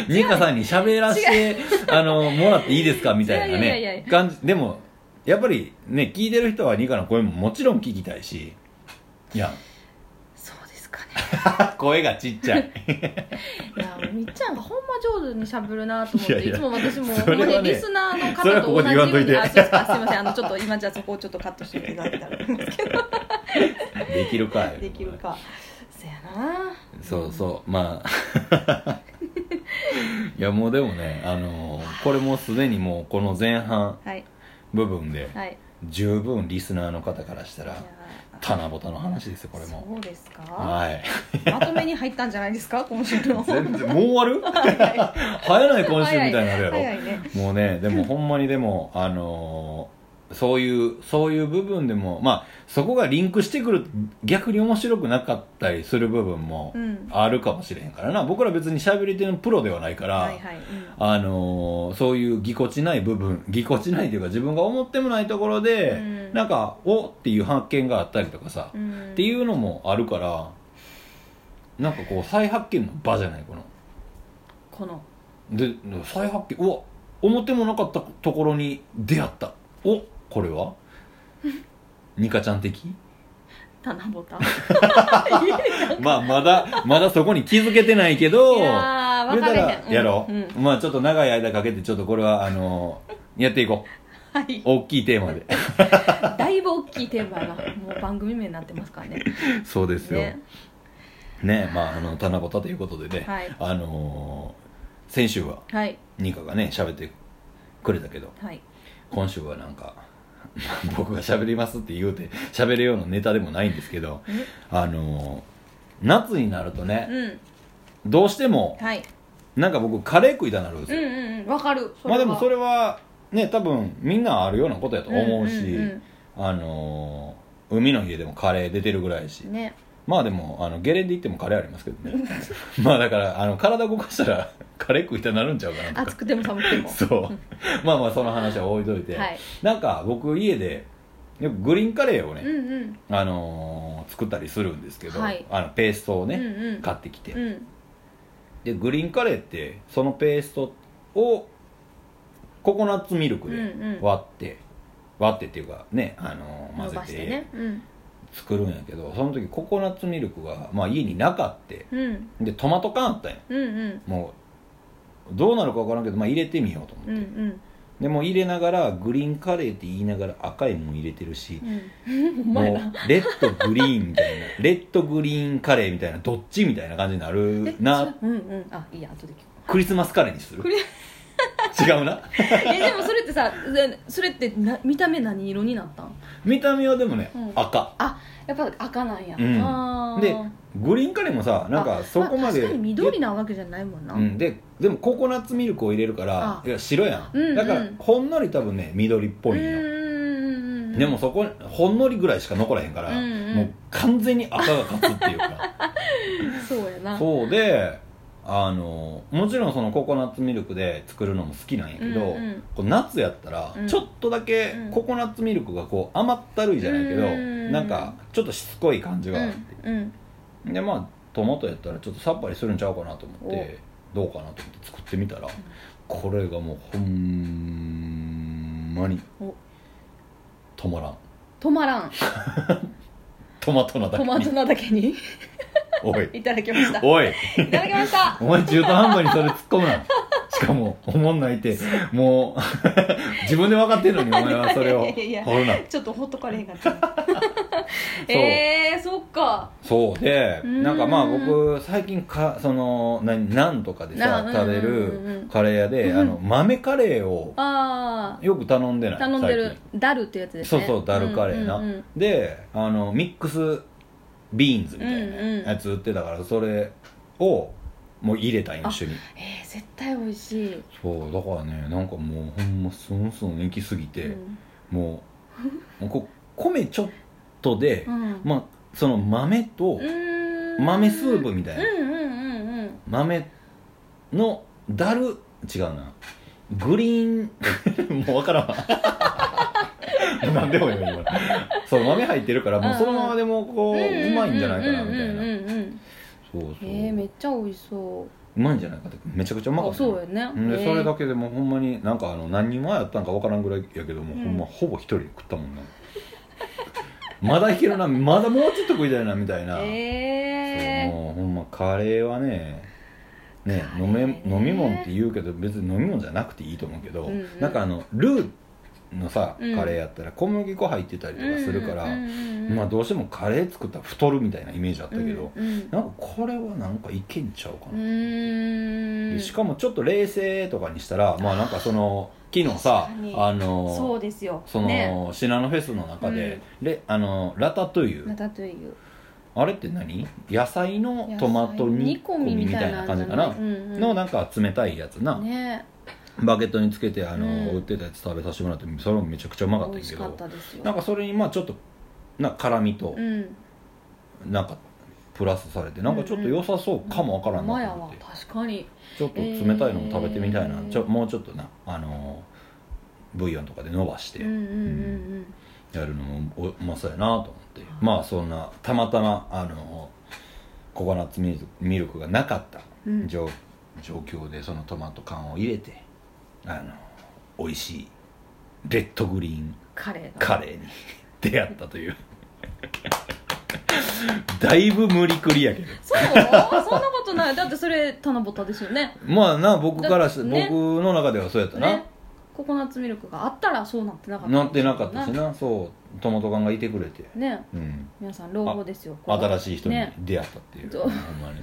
[SPEAKER 1] ニカさんに喋らしてあのもらっていいですかみたいなね
[SPEAKER 2] いやいやいやいや
[SPEAKER 1] 感じでもやっぱりね聞いてる人はニカの声ももちろん聞きたいしいや
[SPEAKER 2] そうですかね
[SPEAKER 1] 声がちっちゃ い
[SPEAKER 2] いやみっちゃんがほんま上手にしゃべるなと思ってい
[SPEAKER 1] いやいや
[SPEAKER 2] つも私も
[SPEAKER 1] それはね
[SPEAKER 2] ほんまにリスナーの
[SPEAKER 1] それ
[SPEAKER 2] 方
[SPEAKER 1] は
[SPEAKER 2] と
[SPEAKER 1] ここ
[SPEAKER 2] 同じ
[SPEAKER 1] で言わんといて
[SPEAKER 2] ようにあそうですかすいませんあのちょっと今じゃあそこをちょっとカットしていただけたら
[SPEAKER 1] できるかい
[SPEAKER 2] できるかそやな
[SPEAKER 1] そうそうまあ いやもうでもねあのこれもうすでにもうこの前半
[SPEAKER 2] はい
[SPEAKER 1] 部分で
[SPEAKER 2] はい
[SPEAKER 1] 十分リスナーの方からした
[SPEAKER 2] い
[SPEAKER 1] ら
[SPEAKER 2] や
[SPEAKER 1] 七夕の話ですよこれも
[SPEAKER 2] そうですか
[SPEAKER 1] はい
[SPEAKER 2] まとめに入ったんじゃないですか今週 の
[SPEAKER 1] 全然もう 終わる
[SPEAKER 2] 早
[SPEAKER 1] 早ない今週みたいになるやろ、
[SPEAKER 2] 早いね
[SPEAKER 1] もうねでもほんまにでもあのーそういうそういう部分でもまあそこがリンクしてくる逆に面白くなかったりする部分も
[SPEAKER 2] うん
[SPEAKER 1] あるかもしれへんからな僕ら別にしゃべり手のプロではないから、
[SPEAKER 2] はいはいうん
[SPEAKER 1] あのーそういうぎこちない部分ぎこちないというか自分が思ってもないところで、
[SPEAKER 2] うん
[SPEAKER 1] なんかおっていう発見があったりとかさ、
[SPEAKER 2] うん
[SPEAKER 1] っていうのもあるからなんかこう再発見の場じゃないこの
[SPEAKER 2] この
[SPEAKER 1] で再発見うわ思ってもなかったところに出会ったおこれ はニカちゃん的
[SPEAKER 2] 七夕
[SPEAKER 1] まあまだまだそこに気づけてないけど
[SPEAKER 2] いやー分かれ
[SPEAKER 1] 言
[SPEAKER 2] へ
[SPEAKER 1] うんたらやろ
[SPEAKER 2] うんうん
[SPEAKER 1] まあちょっと長い間かけてちょっとこれはあのーやっていこう
[SPEAKER 2] はい
[SPEAKER 1] 大きいテー マで
[SPEAKER 2] だいぶ大きいテーマがもう番組名になってますからね
[SPEAKER 1] そうですよ
[SPEAKER 2] ね
[SPEAKER 1] ねまああの七夕ということでね、
[SPEAKER 2] はい
[SPEAKER 1] あのー先週は
[SPEAKER 2] はい
[SPEAKER 1] ニカがね喋ってくれたけど
[SPEAKER 2] はい
[SPEAKER 1] 今週はなんか 僕が喋りますって言うて喋るようなネタでもないんですけどあのー夏になるとね、
[SPEAKER 2] うん
[SPEAKER 1] どうしても
[SPEAKER 2] はい
[SPEAKER 1] なんか僕カレー食いたなるんです
[SPEAKER 2] うん
[SPEAKER 1] よ、
[SPEAKER 2] うんうんわかる
[SPEAKER 1] まあでもそ
[SPEAKER 2] れ
[SPEAKER 1] れはね多分みんなあるようなことやと
[SPEAKER 2] は
[SPEAKER 1] 思うし、
[SPEAKER 2] ん
[SPEAKER 1] あのー海の家でもカレー出てるぐらいやし
[SPEAKER 2] うんね
[SPEAKER 1] まあでもあのゲレンデ行ってもカレーありますけどね まあだからあの体動かしたらカレー食いたなるんちゃうかなとか
[SPEAKER 2] 暑くても寒くても
[SPEAKER 1] そうまあまあその話は置いといて、
[SPEAKER 2] はい
[SPEAKER 1] なんか僕家でよくグリーンカレーを
[SPEAKER 2] う
[SPEAKER 1] ね、
[SPEAKER 2] んうん
[SPEAKER 1] あのー作ったりするんですけど、
[SPEAKER 2] はい
[SPEAKER 1] あのペーストを
[SPEAKER 2] うん
[SPEAKER 1] ね、
[SPEAKER 2] うん
[SPEAKER 1] 買ってきて、
[SPEAKER 2] うん
[SPEAKER 1] でグリーンカレーってそのペーストをココナッツミルク
[SPEAKER 2] う
[SPEAKER 1] で
[SPEAKER 2] んうん
[SPEAKER 1] 割って、割ってっていうかね、あのー
[SPEAKER 2] 伸
[SPEAKER 1] 混
[SPEAKER 2] ば
[SPEAKER 1] ぜ
[SPEAKER 2] して
[SPEAKER 1] て
[SPEAKER 2] ねうん
[SPEAKER 1] 作るんやけど、その時ココナッツミルクが、まあ、家になかって
[SPEAKER 2] うん
[SPEAKER 1] でトマト缶あったんや
[SPEAKER 2] うんうん
[SPEAKER 1] もうどうなるかわからんけど、まあ、入れてみようと思って、
[SPEAKER 2] うんうん
[SPEAKER 1] でも入れながらグリーンカレーって言いながら赤いもん入れてるし、
[SPEAKER 2] うんほん
[SPEAKER 1] も
[SPEAKER 2] ま
[SPEAKER 1] う
[SPEAKER 2] やな
[SPEAKER 1] レッドグリーンみた いなレッドグリーンカレーみたいなどっちみたいな感じにな
[SPEAKER 2] え
[SPEAKER 1] るな
[SPEAKER 2] それうんうんあいいや後で聞く
[SPEAKER 1] クリスマスカレーにする 違うな
[SPEAKER 2] えでもそれってさでそれってな見た目何色になったん
[SPEAKER 1] 見た目はでもね、
[SPEAKER 2] うん
[SPEAKER 1] 赤
[SPEAKER 2] あやっぱ赤なんや、
[SPEAKER 1] うん
[SPEAKER 2] あー
[SPEAKER 1] でグリーンカレーもさなんかそこまで、
[SPEAKER 2] あ確かに緑なわけじゃないもんな、
[SPEAKER 1] うん、ででもココナッツミルクを入れるから
[SPEAKER 2] あ
[SPEAKER 1] いや白やん、
[SPEAKER 2] うんうん
[SPEAKER 1] だからほんのり多分ね緑っぽいんよ、
[SPEAKER 2] うん
[SPEAKER 1] でもそこほんのりぐらいしか残らへんから、
[SPEAKER 2] うんうん
[SPEAKER 1] もう完全に赤が勝つっていう か
[SPEAKER 2] そうやなう
[SPEAKER 1] そうであのもちろんそのココナッツミルクで作るのも好きなんやけど、
[SPEAKER 2] んうん
[SPEAKER 1] こう夏やったら
[SPEAKER 2] うん
[SPEAKER 1] ちょっとだけ
[SPEAKER 2] うん
[SPEAKER 1] ココナッツミルクがこう甘ったるいじゃないけど、
[SPEAKER 2] うん
[SPEAKER 1] なんかちょっとしつこい感じ
[SPEAKER 2] う
[SPEAKER 1] があっ
[SPEAKER 2] ん
[SPEAKER 1] て、
[SPEAKER 2] うん
[SPEAKER 1] でまあトマトやったらちょっとさっぱりするんちゃうかなと思ってどうかなと思って作ってみたら、これがもうほんまに
[SPEAKER 2] お
[SPEAKER 1] 止まらん
[SPEAKER 2] 止まらん
[SPEAKER 1] トマトなだけ
[SPEAKER 2] ト
[SPEAKER 1] に
[SPEAKER 2] マトなだけに
[SPEAKER 1] おい
[SPEAKER 2] いただきました
[SPEAKER 1] おい
[SPEAKER 2] いただきました
[SPEAKER 1] お前中途半端にそれ突っ込むなしかもおもんないってもう 自分で分かってるのにお前はそれを
[SPEAKER 2] いやいやいや
[SPEAKER 1] 掘るな
[SPEAKER 2] ちょっとほっとかれへんかった えー、そっか
[SPEAKER 1] そうで
[SPEAKER 2] うーん
[SPEAKER 1] なんかまあ僕最近かその何なんとかで
[SPEAKER 2] あうん
[SPEAKER 1] さ
[SPEAKER 2] うん
[SPEAKER 1] 食べ
[SPEAKER 2] うんうん
[SPEAKER 1] るカレー屋で
[SPEAKER 2] うん
[SPEAKER 1] あの豆カレーを
[SPEAKER 2] あ
[SPEAKER 1] よく頼んでな
[SPEAKER 2] あ
[SPEAKER 1] い
[SPEAKER 2] 頼んでる
[SPEAKER 1] 最近
[SPEAKER 2] ダルってやつですね
[SPEAKER 1] そうそうダルカレーな
[SPEAKER 2] うんうん
[SPEAKER 1] であのミックスビーンズみたいな
[SPEAKER 2] うんうん
[SPEAKER 1] やつ売ってたからそれをもう入れたんよ一緒に
[SPEAKER 2] えー、絶対美味しい、
[SPEAKER 1] そうだからねなんかもうほんまスンスン行きすぎて、
[SPEAKER 2] うん
[SPEAKER 1] もうもうこ米ちょっとで、
[SPEAKER 2] うん
[SPEAKER 1] まあその豆と
[SPEAKER 2] うーん
[SPEAKER 1] 豆スープみたいな、
[SPEAKER 2] うんうんうんうん
[SPEAKER 1] 豆のだ る違うなグリーンもう分からんわ何でもいいよ今そう豆入ってるからもうそのままでもこううまいんじゃないかなみたいな
[SPEAKER 2] な
[SPEAKER 1] そうそう、
[SPEAKER 2] えーめっちゃ美味しそう
[SPEAKER 1] うまいんじゃないかってめちゃくちゃうまか
[SPEAKER 2] あ
[SPEAKER 1] ったよ
[SPEAKER 2] そうよね
[SPEAKER 1] うんで
[SPEAKER 2] えー
[SPEAKER 1] それだけでもうほんまになんかあの何人前やったんか分からんぐらいやけども、
[SPEAKER 2] うん
[SPEAKER 1] ほんまほぼ一人で食ったもんなまだいけるなまだもうちょっと食いたいなみたいな、
[SPEAKER 2] え
[SPEAKER 1] そう
[SPEAKER 2] ー
[SPEAKER 1] もうほんまカレーはねね
[SPEAKER 2] カレー
[SPEAKER 1] 飲め
[SPEAKER 2] ね
[SPEAKER 1] 飲み物って言うけど別に飲み物じゃなくていいと思うけど、
[SPEAKER 2] うんうん
[SPEAKER 1] なんかあのルーのさ
[SPEAKER 2] うん
[SPEAKER 1] カレーやったら小麦粉入ってたりとかするから、
[SPEAKER 2] うんうんうん
[SPEAKER 1] まあどうしてもカレー作ったら太るみたいなイメージあったけど、
[SPEAKER 2] うんうん
[SPEAKER 1] なんかこれはなんかいけんちゃうか
[SPEAKER 2] う
[SPEAKER 1] な、
[SPEAKER 2] ーん
[SPEAKER 1] でしかもちょっと冷製とかにしたらまあなんかその昨日さ
[SPEAKER 2] 確かに
[SPEAKER 1] あの
[SPEAKER 2] そうですよ
[SPEAKER 1] その、
[SPEAKER 2] ね
[SPEAKER 1] シナノフェスの中で、レあのラタトゥイユ、
[SPEAKER 2] またという
[SPEAKER 1] あれって何野菜のトマト煮込みみたいな感じかなのなんか冷たいやつな、
[SPEAKER 2] ね
[SPEAKER 1] バゲットにつけてあの、
[SPEAKER 2] うん
[SPEAKER 1] 売ってたやつ食べさせてもらってそれもめちゃくちゃうまかったん
[SPEAKER 2] 美
[SPEAKER 1] や
[SPEAKER 2] 味
[SPEAKER 1] け
[SPEAKER 2] しかっ
[SPEAKER 1] ど
[SPEAKER 2] たですよ
[SPEAKER 1] なんかそれにまあちょっとなんか辛みと
[SPEAKER 2] うん
[SPEAKER 1] なんかプラスされてなんかちょっと良さそうかもわからん
[SPEAKER 2] ま
[SPEAKER 1] な
[SPEAKER 2] や
[SPEAKER 1] と思っ
[SPEAKER 2] わ
[SPEAKER 1] て、
[SPEAKER 2] 確かに
[SPEAKER 1] ちょっと冷たいのも食べてみたいな、
[SPEAKER 2] えー
[SPEAKER 1] ちょもうちょっとなあのブイヨンとかで伸ばして
[SPEAKER 2] うんうんうん
[SPEAKER 1] やるのもおうまそうやなと思って、まあそんなたまたまあのココナッツミルクミルクがなかった
[SPEAKER 2] うんうん
[SPEAKER 1] 状状況でそのトマト缶を入れてあの美味しいレッドグリーン
[SPEAKER 2] カレーが
[SPEAKER 1] カレー に出会ったというだいぶ無理くりやけど
[SPEAKER 2] そうそんなことないだってそれ七夕ですよね
[SPEAKER 1] まあな僕からし、
[SPEAKER 2] だってね
[SPEAKER 1] 僕の中ではそうやったな、
[SPEAKER 2] ねココナッツミルクがあったらそうなってなかった
[SPEAKER 1] なってなかったしなそうトマト缶がいてくれて、
[SPEAKER 2] ね
[SPEAKER 1] うん、
[SPEAKER 2] 皆さん老後ですよここ
[SPEAKER 1] 新しい人に
[SPEAKER 2] ね
[SPEAKER 1] 出会ったっていう、
[SPEAKER 2] そう
[SPEAKER 1] ほんまに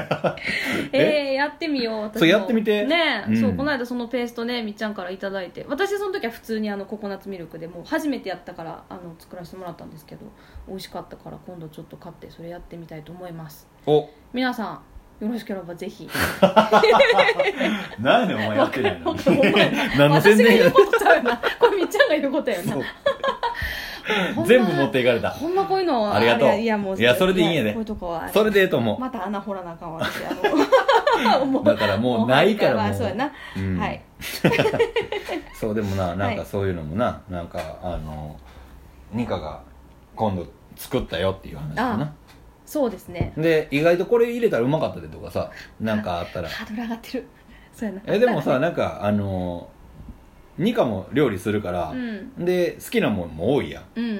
[SPEAKER 2] えー、やってみよう私も
[SPEAKER 1] そうやってみて
[SPEAKER 2] ね、
[SPEAKER 1] うん
[SPEAKER 2] そうこの間そのペーストねみっちゃんから頂いただいて私その時は普通にあのココナッツミルクでもう初めてやったからあの作らせてもらったんですけど美味しかったから今度ちょっと買ってそれやってみたいと思います
[SPEAKER 1] お
[SPEAKER 2] 皆さんよろしければぜひ
[SPEAKER 1] 何でお前やってないの何の宣
[SPEAKER 2] 私が
[SPEAKER 1] 伝
[SPEAKER 2] 言
[SPEAKER 1] や
[SPEAKER 2] うことちゃうなこれみっちゃんが言うことやなほ
[SPEAKER 1] そ
[SPEAKER 2] ん
[SPEAKER 1] う
[SPEAKER 2] ま
[SPEAKER 1] 全部持っていかれた
[SPEAKER 2] ほんまこういうの
[SPEAKER 1] ありがとう
[SPEAKER 2] れいやもう
[SPEAKER 1] いやそれでいいんやで
[SPEAKER 2] こういうとこは
[SPEAKER 1] それでええと思う
[SPEAKER 2] また穴掘らなあかんわ私あの 思う
[SPEAKER 1] だからもうないからもう
[SPEAKER 2] あそうやな、
[SPEAKER 1] うん
[SPEAKER 2] はい
[SPEAKER 1] そうでもななん
[SPEAKER 2] は
[SPEAKER 1] か
[SPEAKER 2] い
[SPEAKER 1] そういうのもな、なんかあのニカが今度作ったよっていう話だな
[SPEAKER 2] そうですね
[SPEAKER 1] で意外とこれ入れたらうまかったでとかさなんかあった ら
[SPEAKER 2] ハードル上がってるそうやな
[SPEAKER 1] えでもさなんかあのニカも料理するから
[SPEAKER 2] う、ん
[SPEAKER 1] で好きなもんも多いやん
[SPEAKER 2] うんうんうん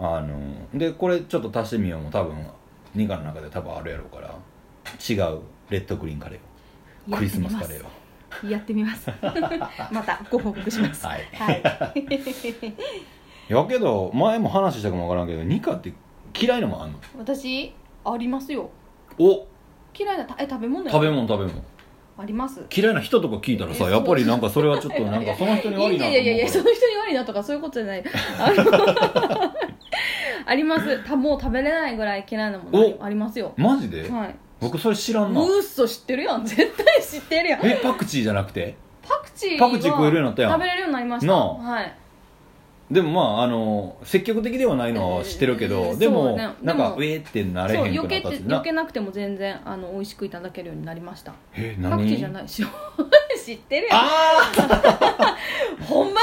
[SPEAKER 2] うん
[SPEAKER 1] あのでこれちょっと足してみようも多分ニカの中で多分あるやろうから違うレッドグリーンカレーをクリスマスカレーを
[SPEAKER 2] をやってみます またご報告します
[SPEAKER 1] はい
[SPEAKER 2] はい、
[SPEAKER 1] やけど前も話したかもわからんけどニカって嫌いなもんあんの
[SPEAKER 2] 私ありますよ
[SPEAKER 1] お
[SPEAKER 2] 嫌いなたえ食べ物や
[SPEAKER 1] 食べ物食べ物
[SPEAKER 2] あります
[SPEAKER 1] 嫌いな人とか聞いたらさ
[SPEAKER 2] え
[SPEAKER 1] やっぱりなんかそれはちょっとなんかその人に悪いなと思う
[SPEAKER 2] いやいやいやその人に悪いなとかそういうことじゃないあ のありますたもう食べれないぐらい嫌いなもの
[SPEAKER 1] お
[SPEAKER 2] ありますよ
[SPEAKER 1] マジで
[SPEAKER 2] はい
[SPEAKER 1] 僕それ知らんな
[SPEAKER 2] うっそ知ってるやん 絶対知ってるやん
[SPEAKER 1] えパクチーじゃなくて
[SPEAKER 2] パクチーは
[SPEAKER 1] パクチー食えるようになったやん
[SPEAKER 2] 食べれるようになりました
[SPEAKER 1] なあ
[SPEAKER 2] はい
[SPEAKER 1] でもまああの積極的ではないのは知ってるけ
[SPEAKER 2] えー
[SPEAKER 1] ど
[SPEAKER 2] そう
[SPEAKER 1] でも
[SPEAKER 2] ね
[SPEAKER 1] なんか
[SPEAKER 2] でも
[SPEAKER 1] ウェーってなれ
[SPEAKER 2] そう
[SPEAKER 1] へん
[SPEAKER 2] 避
[SPEAKER 1] くな
[SPEAKER 2] け
[SPEAKER 1] った
[SPEAKER 2] て
[SPEAKER 1] し
[SPEAKER 2] 避
[SPEAKER 1] な
[SPEAKER 2] けなくても全然あの美味しくいただけるようになりました
[SPEAKER 1] え
[SPEAKER 2] パクチーじゃ
[SPEAKER 1] 何
[SPEAKER 2] ない し知ってるや
[SPEAKER 1] ああ
[SPEAKER 2] んほんま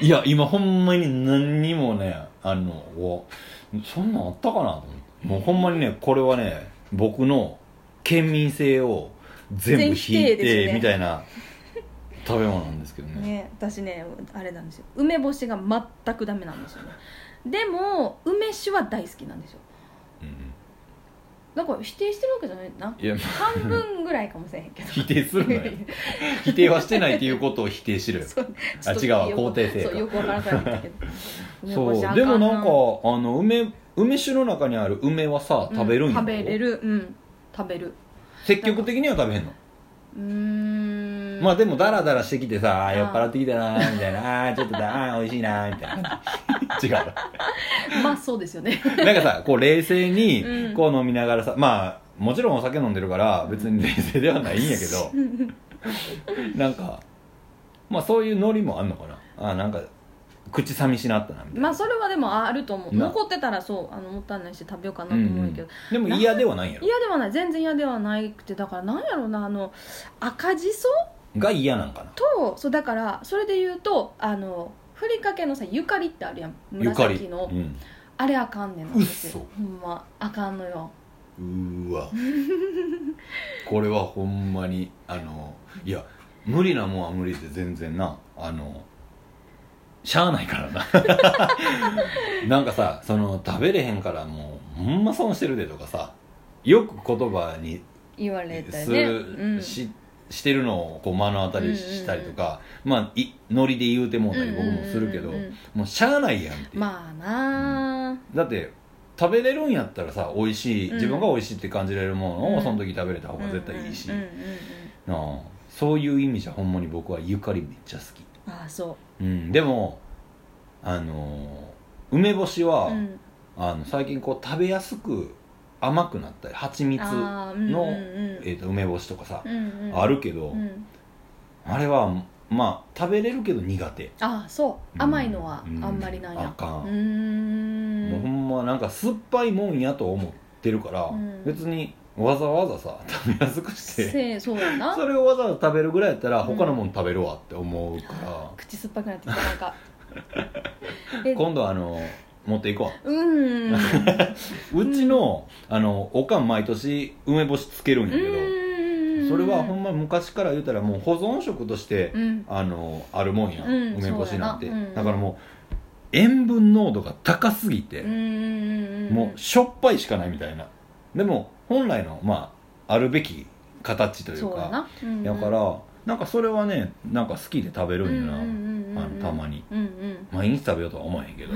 [SPEAKER 2] に
[SPEAKER 1] いや今ほんまに何にもねあのおそんなんあったかなと思ってもうほんまにねこれはね僕の県民性を全部引
[SPEAKER 2] 全否定
[SPEAKER 1] い
[SPEAKER 2] です
[SPEAKER 1] て
[SPEAKER 2] ね
[SPEAKER 1] みたいな 食べ物なんですけどね
[SPEAKER 2] ね私ねあれなんですよ梅干しが全くダメなんですよねでも梅酒は大好きなんですよ
[SPEAKER 1] うん
[SPEAKER 2] だから否定してるわけじゃないない
[SPEAKER 1] や
[SPEAKER 2] 半分ぐらいかもしれへんけど
[SPEAKER 1] 否定するのよ 否定はしてないっていうことを否定しろよ
[SPEAKER 2] そう
[SPEAKER 1] あ違うわ肯定性か
[SPEAKER 2] そうよくわからなくなってきたけ ど
[SPEAKER 1] そ
[SPEAKER 2] 梅干しあ
[SPEAKER 1] う
[SPEAKER 2] か
[SPEAKER 1] でもなんかあの梅梅酒の中にある梅はさ
[SPEAKER 2] うん
[SPEAKER 1] 食べるんやろ
[SPEAKER 2] 食べれるうん食べる
[SPEAKER 1] 積極的には食べへんの
[SPEAKER 2] うーん
[SPEAKER 1] まあでもダラダラしてきてさあー酔っ払ってきたなーみたいな あーちょっとだあー美味しいなーみたいな違う
[SPEAKER 2] まあそうですよね
[SPEAKER 1] なんかさこう冷静
[SPEAKER 2] う
[SPEAKER 1] に
[SPEAKER 2] ん
[SPEAKER 1] こう飲みながらさ、まあもちろんお酒飲んでるから別に冷静ではないんやけ どなんかまあそういうノリもあんのかなあーなんか口寂しなったなみたいな、
[SPEAKER 2] まあそれはでもあると思う
[SPEAKER 1] な
[SPEAKER 2] 残ってたらそうあのもったいないし食べようかなと思うけど、
[SPEAKER 1] でも嫌ではないんやろ
[SPEAKER 2] 嫌ではない全然嫌ではないくてだからなんやろうなあの赤じそ
[SPEAKER 1] が嫌なんかな
[SPEAKER 2] とそうだからそれで言うとあのふりかけのさゆかりってあるやん
[SPEAKER 1] ゆかり
[SPEAKER 2] 紫の
[SPEAKER 1] うん
[SPEAKER 2] あれあかんねん
[SPEAKER 1] うっそ
[SPEAKER 2] ほんまあかんのよ
[SPEAKER 1] うーわ これはほんまにあのいや無理なもんは無理で全然なあのしゃあないからななん かさその食べれへんからもうほんま損してるでとかさよく言葉に
[SPEAKER 2] 言われたよ
[SPEAKER 1] す
[SPEAKER 2] ね
[SPEAKER 1] る、
[SPEAKER 2] うん
[SPEAKER 1] ししてるのをこう目の当たりにしたりとか、まあいノリで言うてもうたり僕もするけど、
[SPEAKER 2] うんうんうんうん
[SPEAKER 1] もうしゃあないやんっていう
[SPEAKER 2] まあなあ、
[SPEAKER 1] だって食べれるんやったらさ美味しい
[SPEAKER 2] うん
[SPEAKER 1] 自分が美味しいって感じれるもの
[SPEAKER 2] う
[SPEAKER 1] を
[SPEAKER 2] ん
[SPEAKER 1] その時食べれた方が絶対いいし、
[SPEAKER 2] うんうんうん
[SPEAKER 1] なあそういう意味じゃほんまに僕はゆかりめっちゃ好き、
[SPEAKER 2] うんああそ
[SPEAKER 1] うん、でもあのー梅干し
[SPEAKER 2] う、
[SPEAKER 1] は、
[SPEAKER 2] うん、
[SPEAKER 1] あの最近こう食べやすく甘くなったり蜂蜜、
[SPEAKER 2] あー
[SPEAKER 1] の
[SPEAKER 2] うんうん
[SPEAKER 1] えー、と梅干しとかさ、
[SPEAKER 2] うんうん
[SPEAKER 1] あるけど、
[SPEAKER 2] うん
[SPEAKER 1] あれはまあ食べれるけど苦手
[SPEAKER 2] ああそう甘いのはあ
[SPEAKER 1] うん
[SPEAKER 2] んまりなん
[SPEAKER 1] あ
[SPEAKER 2] や
[SPEAKER 1] か
[SPEAKER 2] うんー
[SPEAKER 1] もうほ
[SPEAKER 2] ん
[SPEAKER 1] んまなんか酸っぱいもんやと思ってるから、
[SPEAKER 2] うん
[SPEAKER 1] 別にわざわざさ 食べやすくして
[SPEAKER 2] せそうやな
[SPEAKER 1] それをわざわざ食べるぐらいやったら
[SPEAKER 2] うん
[SPEAKER 1] 他のもん食べるわって思うから、
[SPEAKER 2] 口酸っぱくなってきたなん かえ
[SPEAKER 1] 今度あの持っていこ
[SPEAKER 2] うんうん
[SPEAKER 1] ううちの,、あのおかん毎年梅干しつけるんやけどそれはほんま昔から言うたらもう保存食として、
[SPEAKER 2] うん
[SPEAKER 1] あのあるもんや、
[SPEAKER 2] うん
[SPEAKER 1] 梅干しなんて
[SPEAKER 2] そうやなうん
[SPEAKER 1] だからもう塩分濃度が高すぎて、
[SPEAKER 2] うんうんん
[SPEAKER 1] もうしょっぱいしかないみたいなでも本来のまああるべき形という
[SPEAKER 2] そうや
[SPEAKER 1] か
[SPEAKER 2] なうんうん
[SPEAKER 1] だからなんかそれはねなんか好きで食べるんやな、
[SPEAKER 2] うんうんうんうん
[SPEAKER 1] あのたまに
[SPEAKER 2] うんうん
[SPEAKER 1] 毎日食べようとは思わへ んけど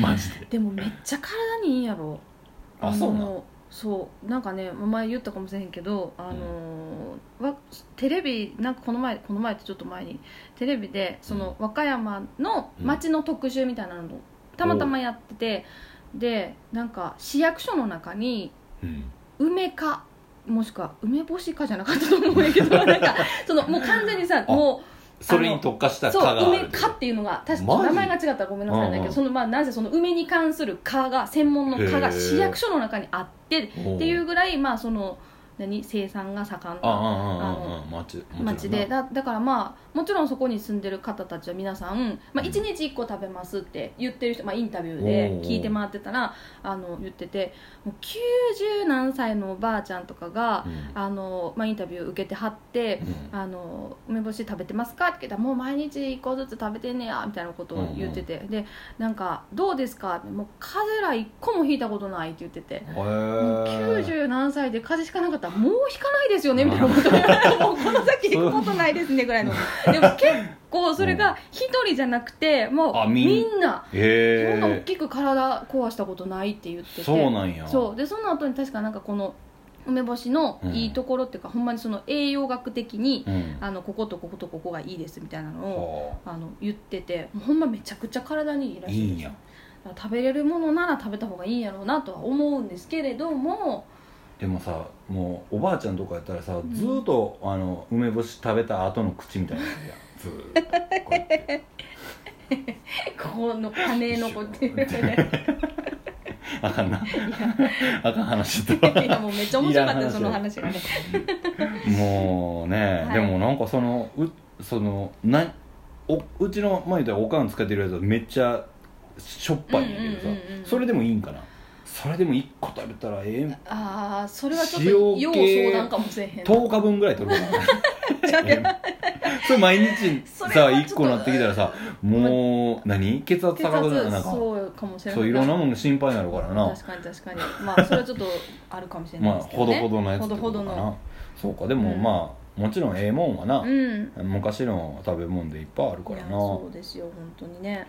[SPEAKER 1] マジで
[SPEAKER 2] でもめっちゃ体にいいんやろ
[SPEAKER 1] あそうな
[SPEAKER 2] のそうなんかね前言ったかもしれへんけどあのーわテレビなんかこの前この前ってちょっと前にテレビでその、和歌山の町の特集みたいなのをたまたまやっててでなんか市役所の中に
[SPEAKER 1] うん
[SPEAKER 2] 梅かもしくは梅干しかじゃなかったと思うんやけ どなんかそのもう完全にさ
[SPEAKER 1] あ
[SPEAKER 2] も
[SPEAKER 1] それに特化し
[SPEAKER 2] う
[SPEAKER 1] た科
[SPEAKER 2] そう
[SPEAKER 1] があ
[SPEAKER 2] 梅
[SPEAKER 1] るという
[SPEAKER 2] かっていうのが確
[SPEAKER 1] マ
[SPEAKER 2] か
[SPEAKER 1] ジ
[SPEAKER 2] 名前が違ったらごめんなさいだ
[SPEAKER 1] うん
[SPEAKER 2] け
[SPEAKER 1] うん
[SPEAKER 2] どそのまあなぜその梅に関する科が専門の科
[SPEAKER 1] へ
[SPEAKER 2] が
[SPEAKER 1] ー
[SPEAKER 2] 市役所の中にあって
[SPEAKER 1] おう
[SPEAKER 2] っていうぐらい、まあ、その何生産が盛ん
[SPEAKER 1] ああ
[SPEAKER 2] な
[SPEAKER 1] ああああ町
[SPEAKER 2] 町でだだからまあもちろんそこに住んでる方たちは皆さん、まあ、1日1個食べますって言ってる人、まあ、インタビュー
[SPEAKER 1] おうお
[SPEAKER 2] で
[SPEAKER 1] う
[SPEAKER 2] 聞いて回ってたらあの言っててもう90何歳のおばあちゃんとかが
[SPEAKER 1] う、ん
[SPEAKER 2] あのまあ、インタビュー受けてはって。あの梅干し食べてますかって聞いたらもう毎日1個ずつ食べてんねやみたいなことを言ってて、でなんかどうですかってもう風邪ら1個もひいたことないって言っててもう
[SPEAKER 1] うん、へえ
[SPEAKER 2] 90何歳で風邪ひかなかったらもうひかないですよねみたいなこと言われてもうこの先行くことないですねぐらいのでも結構それが一人じゃなくても
[SPEAKER 1] あ
[SPEAKER 2] う
[SPEAKER 1] みん
[SPEAKER 2] みんなそんな大
[SPEAKER 1] へ
[SPEAKER 2] きく体壊したことないって言って
[SPEAKER 1] え
[SPEAKER 2] て
[SPEAKER 1] そうなんや
[SPEAKER 2] そうでその後に確かなんかこの梅干しのいいところっていうか、ほんまにその栄養学的に
[SPEAKER 1] う、ん、
[SPEAKER 2] あのこことこことここがいいですみたいなのを、
[SPEAKER 1] は
[SPEAKER 2] あの言っててもうほんまめちゃくちゃ体にいい
[SPEAKER 1] あ
[SPEAKER 2] ら
[SPEAKER 1] い
[SPEAKER 2] し
[SPEAKER 1] い
[SPEAKER 2] い
[SPEAKER 1] ん
[SPEAKER 2] です
[SPEAKER 1] や
[SPEAKER 2] だから食べれるものなら食べた方がいいんやろうなとは思うんですけれども
[SPEAKER 1] でもさもうおばあちゃんとかやったらさ、ずーっとあの梅干し食べた後の口みたいになってるやんずーっとこうやって
[SPEAKER 2] この金の子ってい うね
[SPEAKER 1] あかんなあかん話 だ
[SPEAKER 2] いやもうめっちゃ面白かったですそ
[SPEAKER 1] いら
[SPEAKER 2] の
[SPEAKER 1] ん話
[SPEAKER 2] 話がね
[SPEAKER 1] もうね、
[SPEAKER 2] はい
[SPEAKER 1] でもなんかそのうそのなおうちの前でおかん使ってるやつはめっちゃしょっぱいんやけどさ、
[SPEAKER 2] うんうんうんうん
[SPEAKER 1] それでもいいんかなそれでも1個食べたらえ
[SPEAKER 2] ああそれはちょっと
[SPEAKER 1] 塩
[SPEAKER 2] 要
[SPEAKER 1] 系
[SPEAKER 2] 相談かもしれへ
[SPEAKER 1] え
[SPEAKER 2] ん
[SPEAKER 1] 10日分ぐらい取るか な それ毎日
[SPEAKER 2] それ
[SPEAKER 1] さ
[SPEAKER 2] はちょっと
[SPEAKER 1] 1個なってきたらさもう何血圧
[SPEAKER 2] 血
[SPEAKER 1] 高くなる
[SPEAKER 2] 圧
[SPEAKER 1] なんか
[SPEAKER 2] そうかもしれない
[SPEAKER 1] そういろんなもんが心配になるからな
[SPEAKER 2] 確かに確かにまあそれはちょっとあるかもしれな
[SPEAKER 1] ま
[SPEAKER 2] い
[SPEAKER 1] あ
[SPEAKER 2] ですけ
[SPEAKER 1] ほ
[SPEAKER 2] ど、
[SPEAKER 1] ど
[SPEAKER 2] ね、
[SPEAKER 1] ほどのやつってこと
[SPEAKER 2] ほど
[SPEAKER 1] か
[SPEAKER 2] ほど
[SPEAKER 1] な
[SPEAKER 2] の
[SPEAKER 1] そうかでも
[SPEAKER 2] うん
[SPEAKER 1] まあもちろんええもんはな
[SPEAKER 2] うん
[SPEAKER 1] 昔の食べ物でいっぱいあるか
[SPEAKER 2] い
[SPEAKER 1] ら
[SPEAKER 2] や
[SPEAKER 1] な
[SPEAKER 2] そうですよ本当にね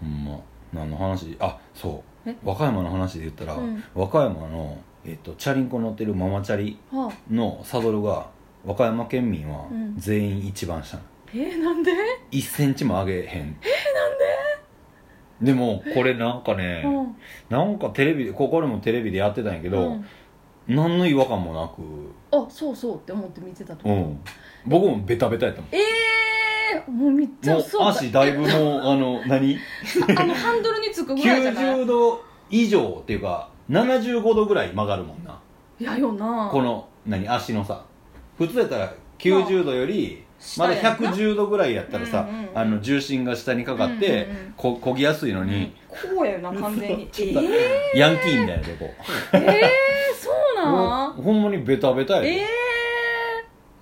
[SPEAKER 1] ほんま何の話あそう
[SPEAKER 2] え
[SPEAKER 1] 和歌山の話で言ったら
[SPEAKER 2] うん
[SPEAKER 1] 和歌山のえっとチャリンコ乗ってるママチャリ
[SPEAKER 2] はあ
[SPEAKER 1] のサドルが和歌山県民は
[SPEAKER 2] うん
[SPEAKER 1] 全員一番下なの
[SPEAKER 2] えー、なんで
[SPEAKER 1] 1センチも上げへんえなんででもこれなんかね
[SPEAKER 2] うん
[SPEAKER 1] なんかテレビでここでもテレビでやってたんやけ
[SPEAKER 2] う
[SPEAKER 1] ど
[SPEAKER 2] ん
[SPEAKER 1] 何の違和感もなく
[SPEAKER 2] あそうそうって思って見てたと
[SPEAKER 1] う
[SPEAKER 2] 思う、
[SPEAKER 1] ん僕もベタベタやったもん
[SPEAKER 2] ええー、もうめっちゃ
[SPEAKER 1] も
[SPEAKER 2] そう
[SPEAKER 1] う足だいぶもうあ の何
[SPEAKER 2] あのハンドルにつくぐらいじゃない
[SPEAKER 1] 90度以上っていうか75度ぐらい曲がるもんない
[SPEAKER 2] やよな
[SPEAKER 1] この何足のさ普通やったら90度よりまだ
[SPEAKER 2] 下やんな
[SPEAKER 1] 110度ぐらいやったらさ、
[SPEAKER 2] うんうんうん
[SPEAKER 1] あの重心が下にかかって、
[SPEAKER 2] うんうんうん
[SPEAKER 1] こ漕ぎやすいのに、
[SPEAKER 2] こうやよな完全にえ
[SPEAKER 1] ちょっと
[SPEAKER 2] ー、
[SPEAKER 1] ヤンキーみたいなとこ
[SPEAKER 2] えー、そうなん
[SPEAKER 1] ほんまにベタベタやで、
[SPEAKER 2] え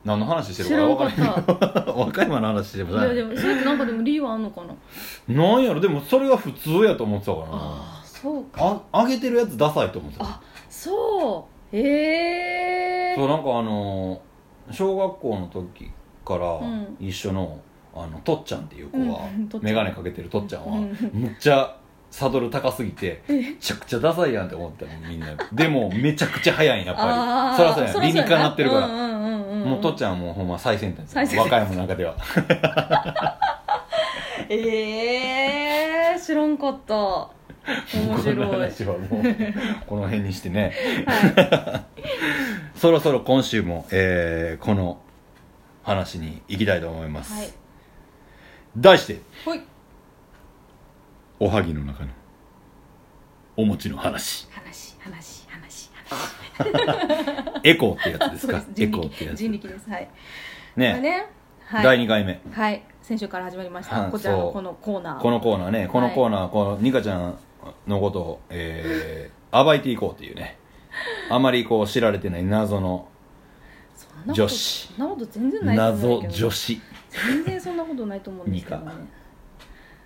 [SPEAKER 1] 何の話し
[SPEAKER 2] ー、
[SPEAKER 1] て
[SPEAKER 2] 知
[SPEAKER 1] る
[SPEAKER 2] ら
[SPEAKER 1] か
[SPEAKER 2] ん
[SPEAKER 1] 分
[SPEAKER 2] か
[SPEAKER 1] から
[SPEAKER 2] っ
[SPEAKER 1] ない
[SPEAKER 2] た
[SPEAKER 1] 和歌山の話しても
[SPEAKER 2] い
[SPEAKER 1] な
[SPEAKER 2] やで
[SPEAKER 1] い
[SPEAKER 2] もそれってなんかでも理由はあん のかな
[SPEAKER 1] なんやろでもそれが普通やと思ってたからな
[SPEAKER 2] ああそうか
[SPEAKER 1] あ上げてるやつダサいと思ってた
[SPEAKER 2] あそうええ
[SPEAKER 1] そうなんかあのー小学校の時から
[SPEAKER 2] うん
[SPEAKER 1] 一緒の,、あのとっちゃんっていう子が、
[SPEAKER 2] うん とっちゃん
[SPEAKER 1] 眼鏡かけてるとっちゃんは、
[SPEAKER 2] うん
[SPEAKER 1] むっちゃサドル高すぎてめちゃくちゃダサいやんって思ったのみんなでもめちゃくちゃ速いんやっぱ
[SPEAKER 2] あ
[SPEAKER 1] り
[SPEAKER 2] ー
[SPEAKER 1] そらそうやん理にかなってるから、
[SPEAKER 2] うんうんうんうん
[SPEAKER 1] もうとっちゃんはもうほんま最先端
[SPEAKER 2] 最先端
[SPEAKER 1] 和歌山の中では
[SPEAKER 2] ええー、知らんかった面
[SPEAKER 1] この
[SPEAKER 2] 白い
[SPEAKER 1] 話はもうこの辺にしてね
[SPEAKER 2] はい
[SPEAKER 1] そろそろ今週も、えーこの話に行きたいと思います、
[SPEAKER 2] はい
[SPEAKER 1] 題して
[SPEAKER 2] ほい
[SPEAKER 1] おはぎの中のお餅の 話
[SPEAKER 2] 話話話
[SPEAKER 1] エコーってやつで
[SPEAKER 2] 話
[SPEAKER 1] す
[SPEAKER 2] そうで
[SPEAKER 1] か
[SPEAKER 2] す
[SPEAKER 1] エ
[SPEAKER 2] 人
[SPEAKER 1] コーってや
[SPEAKER 2] 力
[SPEAKER 1] つ
[SPEAKER 2] 人
[SPEAKER 1] ね
[SPEAKER 2] 力ですはい
[SPEAKER 1] ね
[SPEAKER 2] ねは
[SPEAKER 1] 第
[SPEAKER 2] い
[SPEAKER 1] 2回目
[SPEAKER 2] はい先週から始まりまし
[SPEAKER 1] は
[SPEAKER 2] た
[SPEAKER 1] い
[SPEAKER 2] こちら
[SPEAKER 1] そ
[SPEAKER 2] の
[SPEAKER 1] う
[SPEAKER 2] このコーナー
[SPEAKER 1] このコーナーねこのコーナー、このニカちゃんのことを、えー、暴いていこうっていうねあまりこう知られてない謎の
[SPEAKER 2] そんなこと
[SPEAKER 1] 女子
[SPEAKER 2] そんなこと全然ないと思うん
[SPEAKER 1] 謎
[SPEAKER 2] だけど
[SPEAKER 1] 女子
[SPEAKER 2] 全然そんなことないと思うんですけどね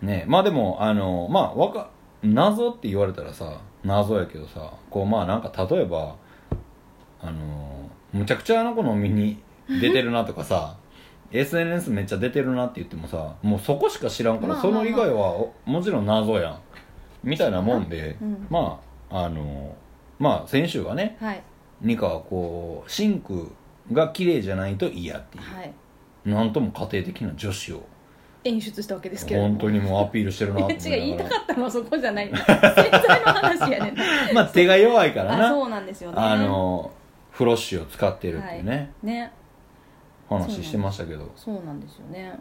[SPEAKER 1] ねまあでもあのまあわか謎って言われたらさ謎やけどさこうまあなんか例えばあのむちゃくちゃあの子の身に出てるなとかさ SNS めっちゃ出てるなって言ってもさもうそこしか知らんから、
[SPEAKER 2] まあまあまあ
[SPEAKER 1] その以外はおもちろん謎やんみたいなもんで、
[SPEAKER 2] うん
[SPEAKER 1] まああのまあ先週はね
[SPEAKER 2] はい
[SPEAKER 1] ニカはこうシンクが綺麗じゃないと嫌っていう、
[SPEAKER 2] はい
[SPEAKER 1] なんとも家庭的な女子を
[SPEAKER 2] 演出したわけですけれど
[SPEAKER 1] 本
[SPEAKER 2] も
[SPEAKER 1] 当にもうアピールしてるなと
[SPEAKER 2] い
[SPEAKER 1] 思
[SPEAKER 2] や違う言い
[SPEAKER 1] な
[SPEAKER 2] た
[SPEAKER 1] がら
[SPEAKER 2] かったのはそこじゃない 潜在の話やねん
[SPEAKER 1] まあ手が弱いから
[SPEAKER 2] あ
[SPEAKER 1] な
[SPEAKER 2] そうなんですよね
[SPEAKER 1] あのフロッシュを使ってるっていうね、
[SPEAKER 2] ね
[SPEAKER 1] 話してましたけど
[SPEAKER 2] そうなんですよね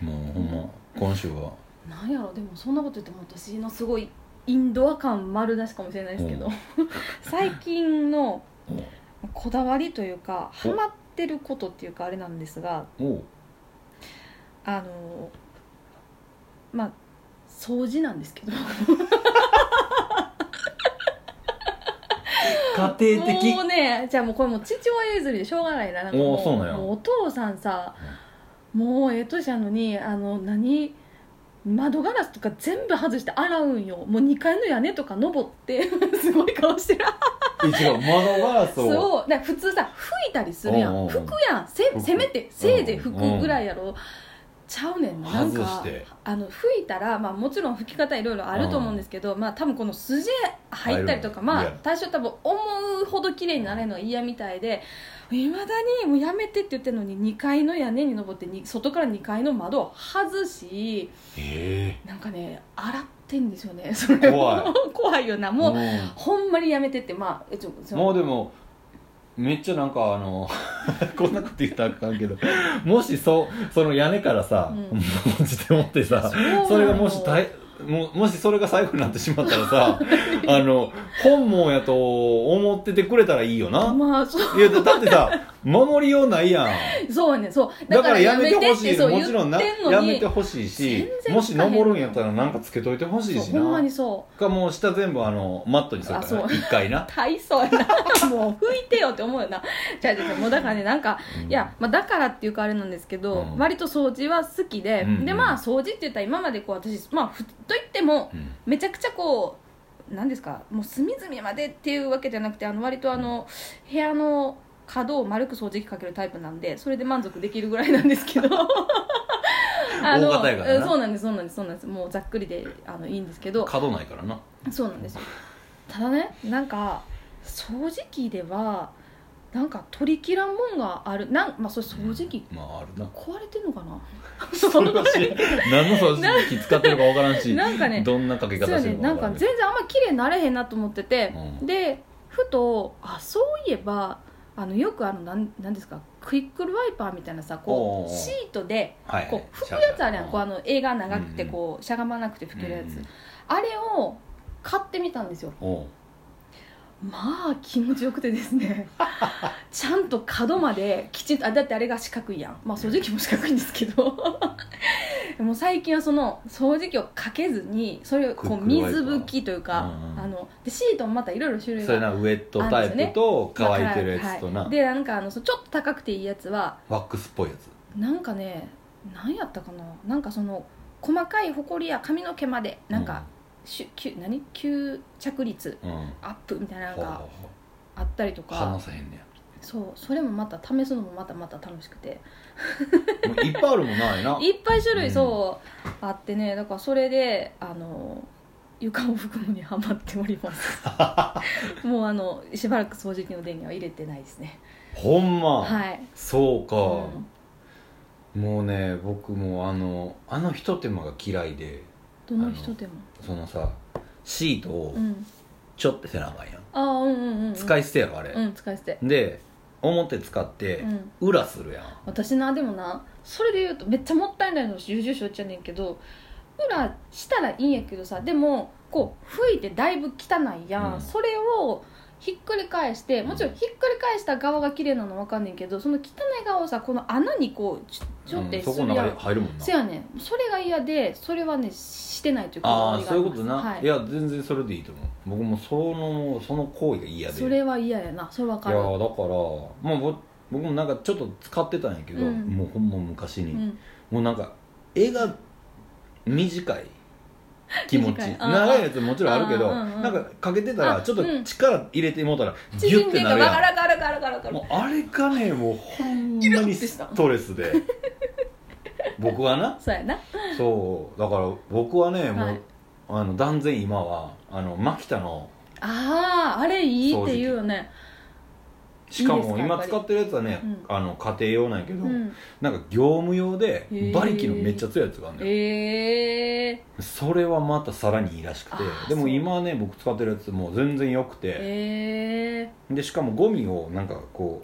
[SPEAKER 1] もうほんま今週は
[SPEAKER 2] なんやろでもそんなこと言っても私のすごいインドア感丸出しかもしれないですけど、
[SPEAKER 1] う
[SPEAKER 2] 最近の
[SPEAKER 1] うん
[SPEAKER 2] こだわりというか
[SPEAKER 1] お
[SPEAKER 2] ハマってることっていうかあれなんですが
[SPEAKER 1] おう
[SPEAKER 2] あのまあ掃除なんですけど
[SPEAKER 1] 家
[SPEAKER 2] もうねじゃあもうこれもう父親譲りでしょうがないななんかも
[SPEAKER 1] おーそうなんや
[SPEAKER 2] もうお父さんさ、もうええ年やのにあの何窓ガラスとか全部外して洗うんよもう2階の屋根とか登って すごい顔してる
[SPEAKER 1] 一応窓ガラス
[SPEAKER 2] そう
[SPEAKER 1] を
[SPEAKER 2] だから普通さ吹いたりするや
[SPEAKER 1] おうお
[SPEAKER 2] ん
[SPEAKER 1] う
[SPEAKER 2] 拭くやんせ
[SPEAKER 1] 拭く
[SPEAKER 2] せめてせいぜい拭くぐらいやろ、ちゃうねんななん
[SPEAKER 1] 外
[SPEAKER 2] か
[SPEAKER 1] して
[SPEAKER 2] あの吹いたら、まあ、もちろん吹き方いろいろあると思うんですけど、まあ多分この筋入ったりとか
[SPEAKER 1] 入るの
[SPEAKER 2] ま
[SPEAKER 1] 嫌
[SPEAKER 2] あ
[SPEAKER 1] や
[SPEAKER 2] 多少多分思うほど綺麗になれるのは嫌みたいでいまだにもうやめてって言ってるのに2階の屋根に登ってに外から2階の窓を外し
[SPEAKER 1] え
[SPEAKER 2] なんかね洗ってんですよねそれを
[SPEAKER 1] 怖
[SPEAKER 2] 怖いよな
[SPEAKER 1] え
[SPEAKER 2] もう、ほんまにやめてってまあえちょそ
[SPEAKER 1] ん、
[SPEAKER 2] の
[SPEAKER 1] もうでもめっちゃなんかあの こんなこと言ったらあかんけどもしそうその屋根からさ
[SPEAKER 2] うん
[SPEAKER 1] 落ちて持ってさ
[SPEAKER 2] そうなの
[SPEAKER 1] それがもし大ももしそれが最後になってしまったら さあの本望やと思っててくれたらいいよな
[SPEAKER 2] まあそう
[SPEAKER 1] いやだだってさ守りようないやん
[SPEAKER 2] そうねそう
[SPEAKER 1] だからやめてほしい
[SPEAKER 2] そう
[SPEAKER 1] もちろんな
[SPEAKER 2] 言ってんのに
[SPEAKER 1] やめてほしいし
[SPEAKER 2] 全然
[SPEAKER 1] もし登るんやったらなんかつけといてほしいし
[SPEAKER 2] そうほんま
[SPEAKER 1] な
[SPEAKER 2] にそう
[SPEAKER 1] かもう下全部あのマットにするか
[SPEAKER 2] あそ
[SPEAKER 1] ら
[SPEAKER 2] う
[SPEAKER 1] 一回な、
[SPEAKER 2] 大層やな もう拭いてよって思うよなじゃあじゃあじゃあもうだからねなんか
[SPEAKER 1] うん
[SPEAKER 2] いや、まあ、だからっていうかあれなんですけど、
[SPEAKER 1] うん
[SPEAKER 2] 割と掃除は好きで、
[SPEAKER 1] うんうん
[SPEAKER 2] でまあ掃除って言ったら今までこう私まあふといっても
[SPEAKER 1] うん
[SPEAKER 2] めちゃくちゃこうなんですかもう隅々までっていうわけじゃなくてあの割とあの部屋の角を丸く掃除機かけるタイプなんでそれで満足できるぐらいなんですけ ど あの
[SPEAKER 1] 大型やからな
[SPEAKER 2] うんそうなんですそうなんですそうなんですもうざっくりであのいいんですけど
[SPEAKER 1] 角ないからな
[SPEAKER 2] そうなんですよただねなんか掃除機ではなんか取り切らんもんがあるなん、まあ、それ掃除機
[SPEAKER 1] まああるな
[SPEAKER 2] 壊れてんのかな
[SPEAKER 1] それは知らん何の掃除機使ってるかわからんし
[SPEAKER 2] なんかね
[SPEAKER 1] どんなかけ方
[SPEAKER 2] そう
[SPEAKER 1] して
[SPEAKER 2] ね
[SPEAKER 1] る
[SPEAKER 2] な
[SPEAKER 1] か
[SPEAKER 2] ん
[SPEAKER 1] わか
[SPEAKER 2] から
[SPEAKER 1] ん
[SPEAKER 2] 全然あんま綺麗になれへんなと思ってて、
[SPEAKER 1] うん
[SPEAKER 2] でふとあそういえばあのよくあのなんなんですかクイックルワイパーみたいなさ
[SPEAKER 1] おうおう
[SPEAKER 2] こうシートで
[SPEAKER 1] はい
[SPEAKER 2] こう拭くやつあるやんこうあの映画長くて
[SPEAKER 1] うんうん
[SPEAKER 2] こうしゃがまなくて拭けるやつ、
[SPEAKER 1] うん
[SPEAKER 2] あれを買ってみたんですよ
[SPEAKER 1] おう
[SPEAKER 2] まあ気持ちよくてです ねちゃんと角まできちんとあだってあれが四角いやんまあ掃除機も四角いんですけど もう最近はその掃除機をかけずにそれをこう
[SPEAKER 1] くっくるわいた
[SPEAKER 2] 水拭きというか、
[SPEAKER 1] うんうん
[SPEAKER 2] あのでシートもまたいろいろ種類
[SPEAKER 1] それ
[SPEAKER 2] が
[SPEAKER 1] なウェットタイプと乾いてるやつと
[SPEAKER 2] は、
[SPEAKER 1] ない
[SPEAKER 2] でなんかあのそうちょっと高くていいやつは
[SPEAKER 1] ワックスっぽいやつ
[SPEAKER 2] なんかね何やったかななんかその細かいほこりや髪の毛までなんか、しゅきゅ何吸着率
[SPEAKER 1] うん、うん、
[SPEAKER 2] アップみたいなの
[SPEAKER 1] ほう
[SPEAKER 2] が
[SPEAKER 1] ほうほ
[SPEAKER 2] あったりと
[SPEAKER 1] う
[SPEAKER 2] か
[SPEAKER 1] 話さへんね
[SPEAKER 2] そうそれもまた試すのもまたまた楽しくて
[SPEAKER 1] やもういっぱいあるもんないな
[SPEAKER 2] いっぱい種
[SPEAKER 1] うん
[SPEAKER 2] 類そう、あってねだからそれであの床を拭くのにハマっております もうあのしばらく掃除機の電源は入れてないですね
[SPEAKER 1] ほんま、
[SPEAKER 2] はい、
[SPEAKER 1] そう
[SPEAKER 2] う
[SPEAKER 1] か、
[SPEAKER 2] ん、
[SPEAKER 1] もうね僕もあのあのひと手間が嫌いで
[SPEAKER 2] どの人でも
[SPEAKER 1] そのさシートを
[SPEAKER 2] うん
[SPEAKER 1] ちょってせなあかんやん、
[SPEAKER 2] ああうんうんうんうん
[SPEAKER 1] 使い捨てやろあれ、
[SPEAKER 2] うん使い捨て
[SPEAKER 1] で表使って
[SPEAKER 2] うん
[SPEAKER 1] 裏するやん、
[SPEAKER 2] 私なでもなそれで言うとめっちゃもったいないの重々承知やねんけど裏したらいいんやけどさでもこう拭いてだいぶ汚いやん、
[SPEAKER 1] うん
[SPEAKER 2] それをひっくり返してもちろんひっくり返した側が綺麗なの分かんねんけどその汚い側をさこの穴にこうちょちょ
[SPEAKER 1] う
[SPEAKER 2] って
[SPEAKER 1] んそ
[SPEAKER 2] す
[SPEAKER 1] こ
[SPEAKER 2] る
[SPEAKER 1] の
[SPEAKER 2] やん、
[SPEAKER 1] 中に入るもんな
[SPEAKER 2] せやねんそれが嫌でそれはねしてないという
[SPEAKER 1] ああ
[SPEAKER 2] こだ
[SPEAKER 1] そういうことな、、
[SPEAKER 2] はいい、
[SPEAKER 1] や全然それでいいと思う僕もそのその行為が嫌で
[SPEAKER 2] それは嫌やなそれ分
[SPEAKER 1] い
[SPEAKER 2] か
[SPEAKER 1] や
[SPEAKER 2] る
[SPEAKER 1] ーだからもうぼ僕もなんかちょっと使ってたんやけど、
[SPEAKER 2] うん
[SPEAKER 1] もうほんま昔に、
[SPEAKER 2] うん
[SPEAKER 1] もうなんか絵が短い気持ち
[SPEAKER 2] 短いあー
[SPEAKER 1] 長いやつもちろんあるけど
[SPEAKER 2] あーうんうん
[SPEAKER 1] なんかかけてたら
[SPEAKER 2] あ
[SPEAKER 1] ちょっと
[SPEAKER 2] うん
[SPEAKER 1] 力入れてもうたらギュ
[SPEAKER 2] 縮
[SPEAKER 1] ッ
[SPEAKER 2] んで
[SPEAKER 1] て
[SPEAKER 2] る
[SPEAKER 1] な
[SPEAKER 2] か
[SPEAKER 1] る
[SPEAKER 2] らガ
[SPEAKER 1] や
[SPEAKER 2] ラガラガラガラガ
[SPEAKER 1] ん
[SPEAKER 2] ラ
[SPEAKER 1] もうあれがねもうほんまにストレスで僕はな
[SPEAKER 2] そうやな
[SPEAKER 1] そうだから僕はねもう、
[SPEAKER 2] はい
[SPEAKER 1] あの断然今はあの牧田の
[SPEAKER 2] あああれいいって言うよね
[SPEAKER 1] しか
[SPEAKER 2] いいです
[SPEAKER 1] も
[SPEAKER 2] かやっ
[SPEAKER 1] 今
[SPEAKER 2] ぱり
[SPEAKER 1] 使ってるやつはね
[SPEAKER 2] うん
[SPEAKER 1] あの家庭用なんやけど、
[SPEAKER 2] うん
[SPEAKER 1] なんか業務用で
[SPEAKER 2] へー
[SPEAKER 1] 馬力のめっちゃ強いやつがあるのよ、
[SPEAKER 2] ええ
[SPEAKER 1] それはまたさらにいいらしく
[SPEAKER 2] あ
[SPEAKER 1] て
[SPEAKER 2] ー
[SPEAKER 1] でも
[SPEAKER 2] そう
[SPEAKER 1] 今ね僕使ってるやつもう全然良くて、
[SPEAKER 2] え
[SPEAKER 1] でしかもゴミをなんかこ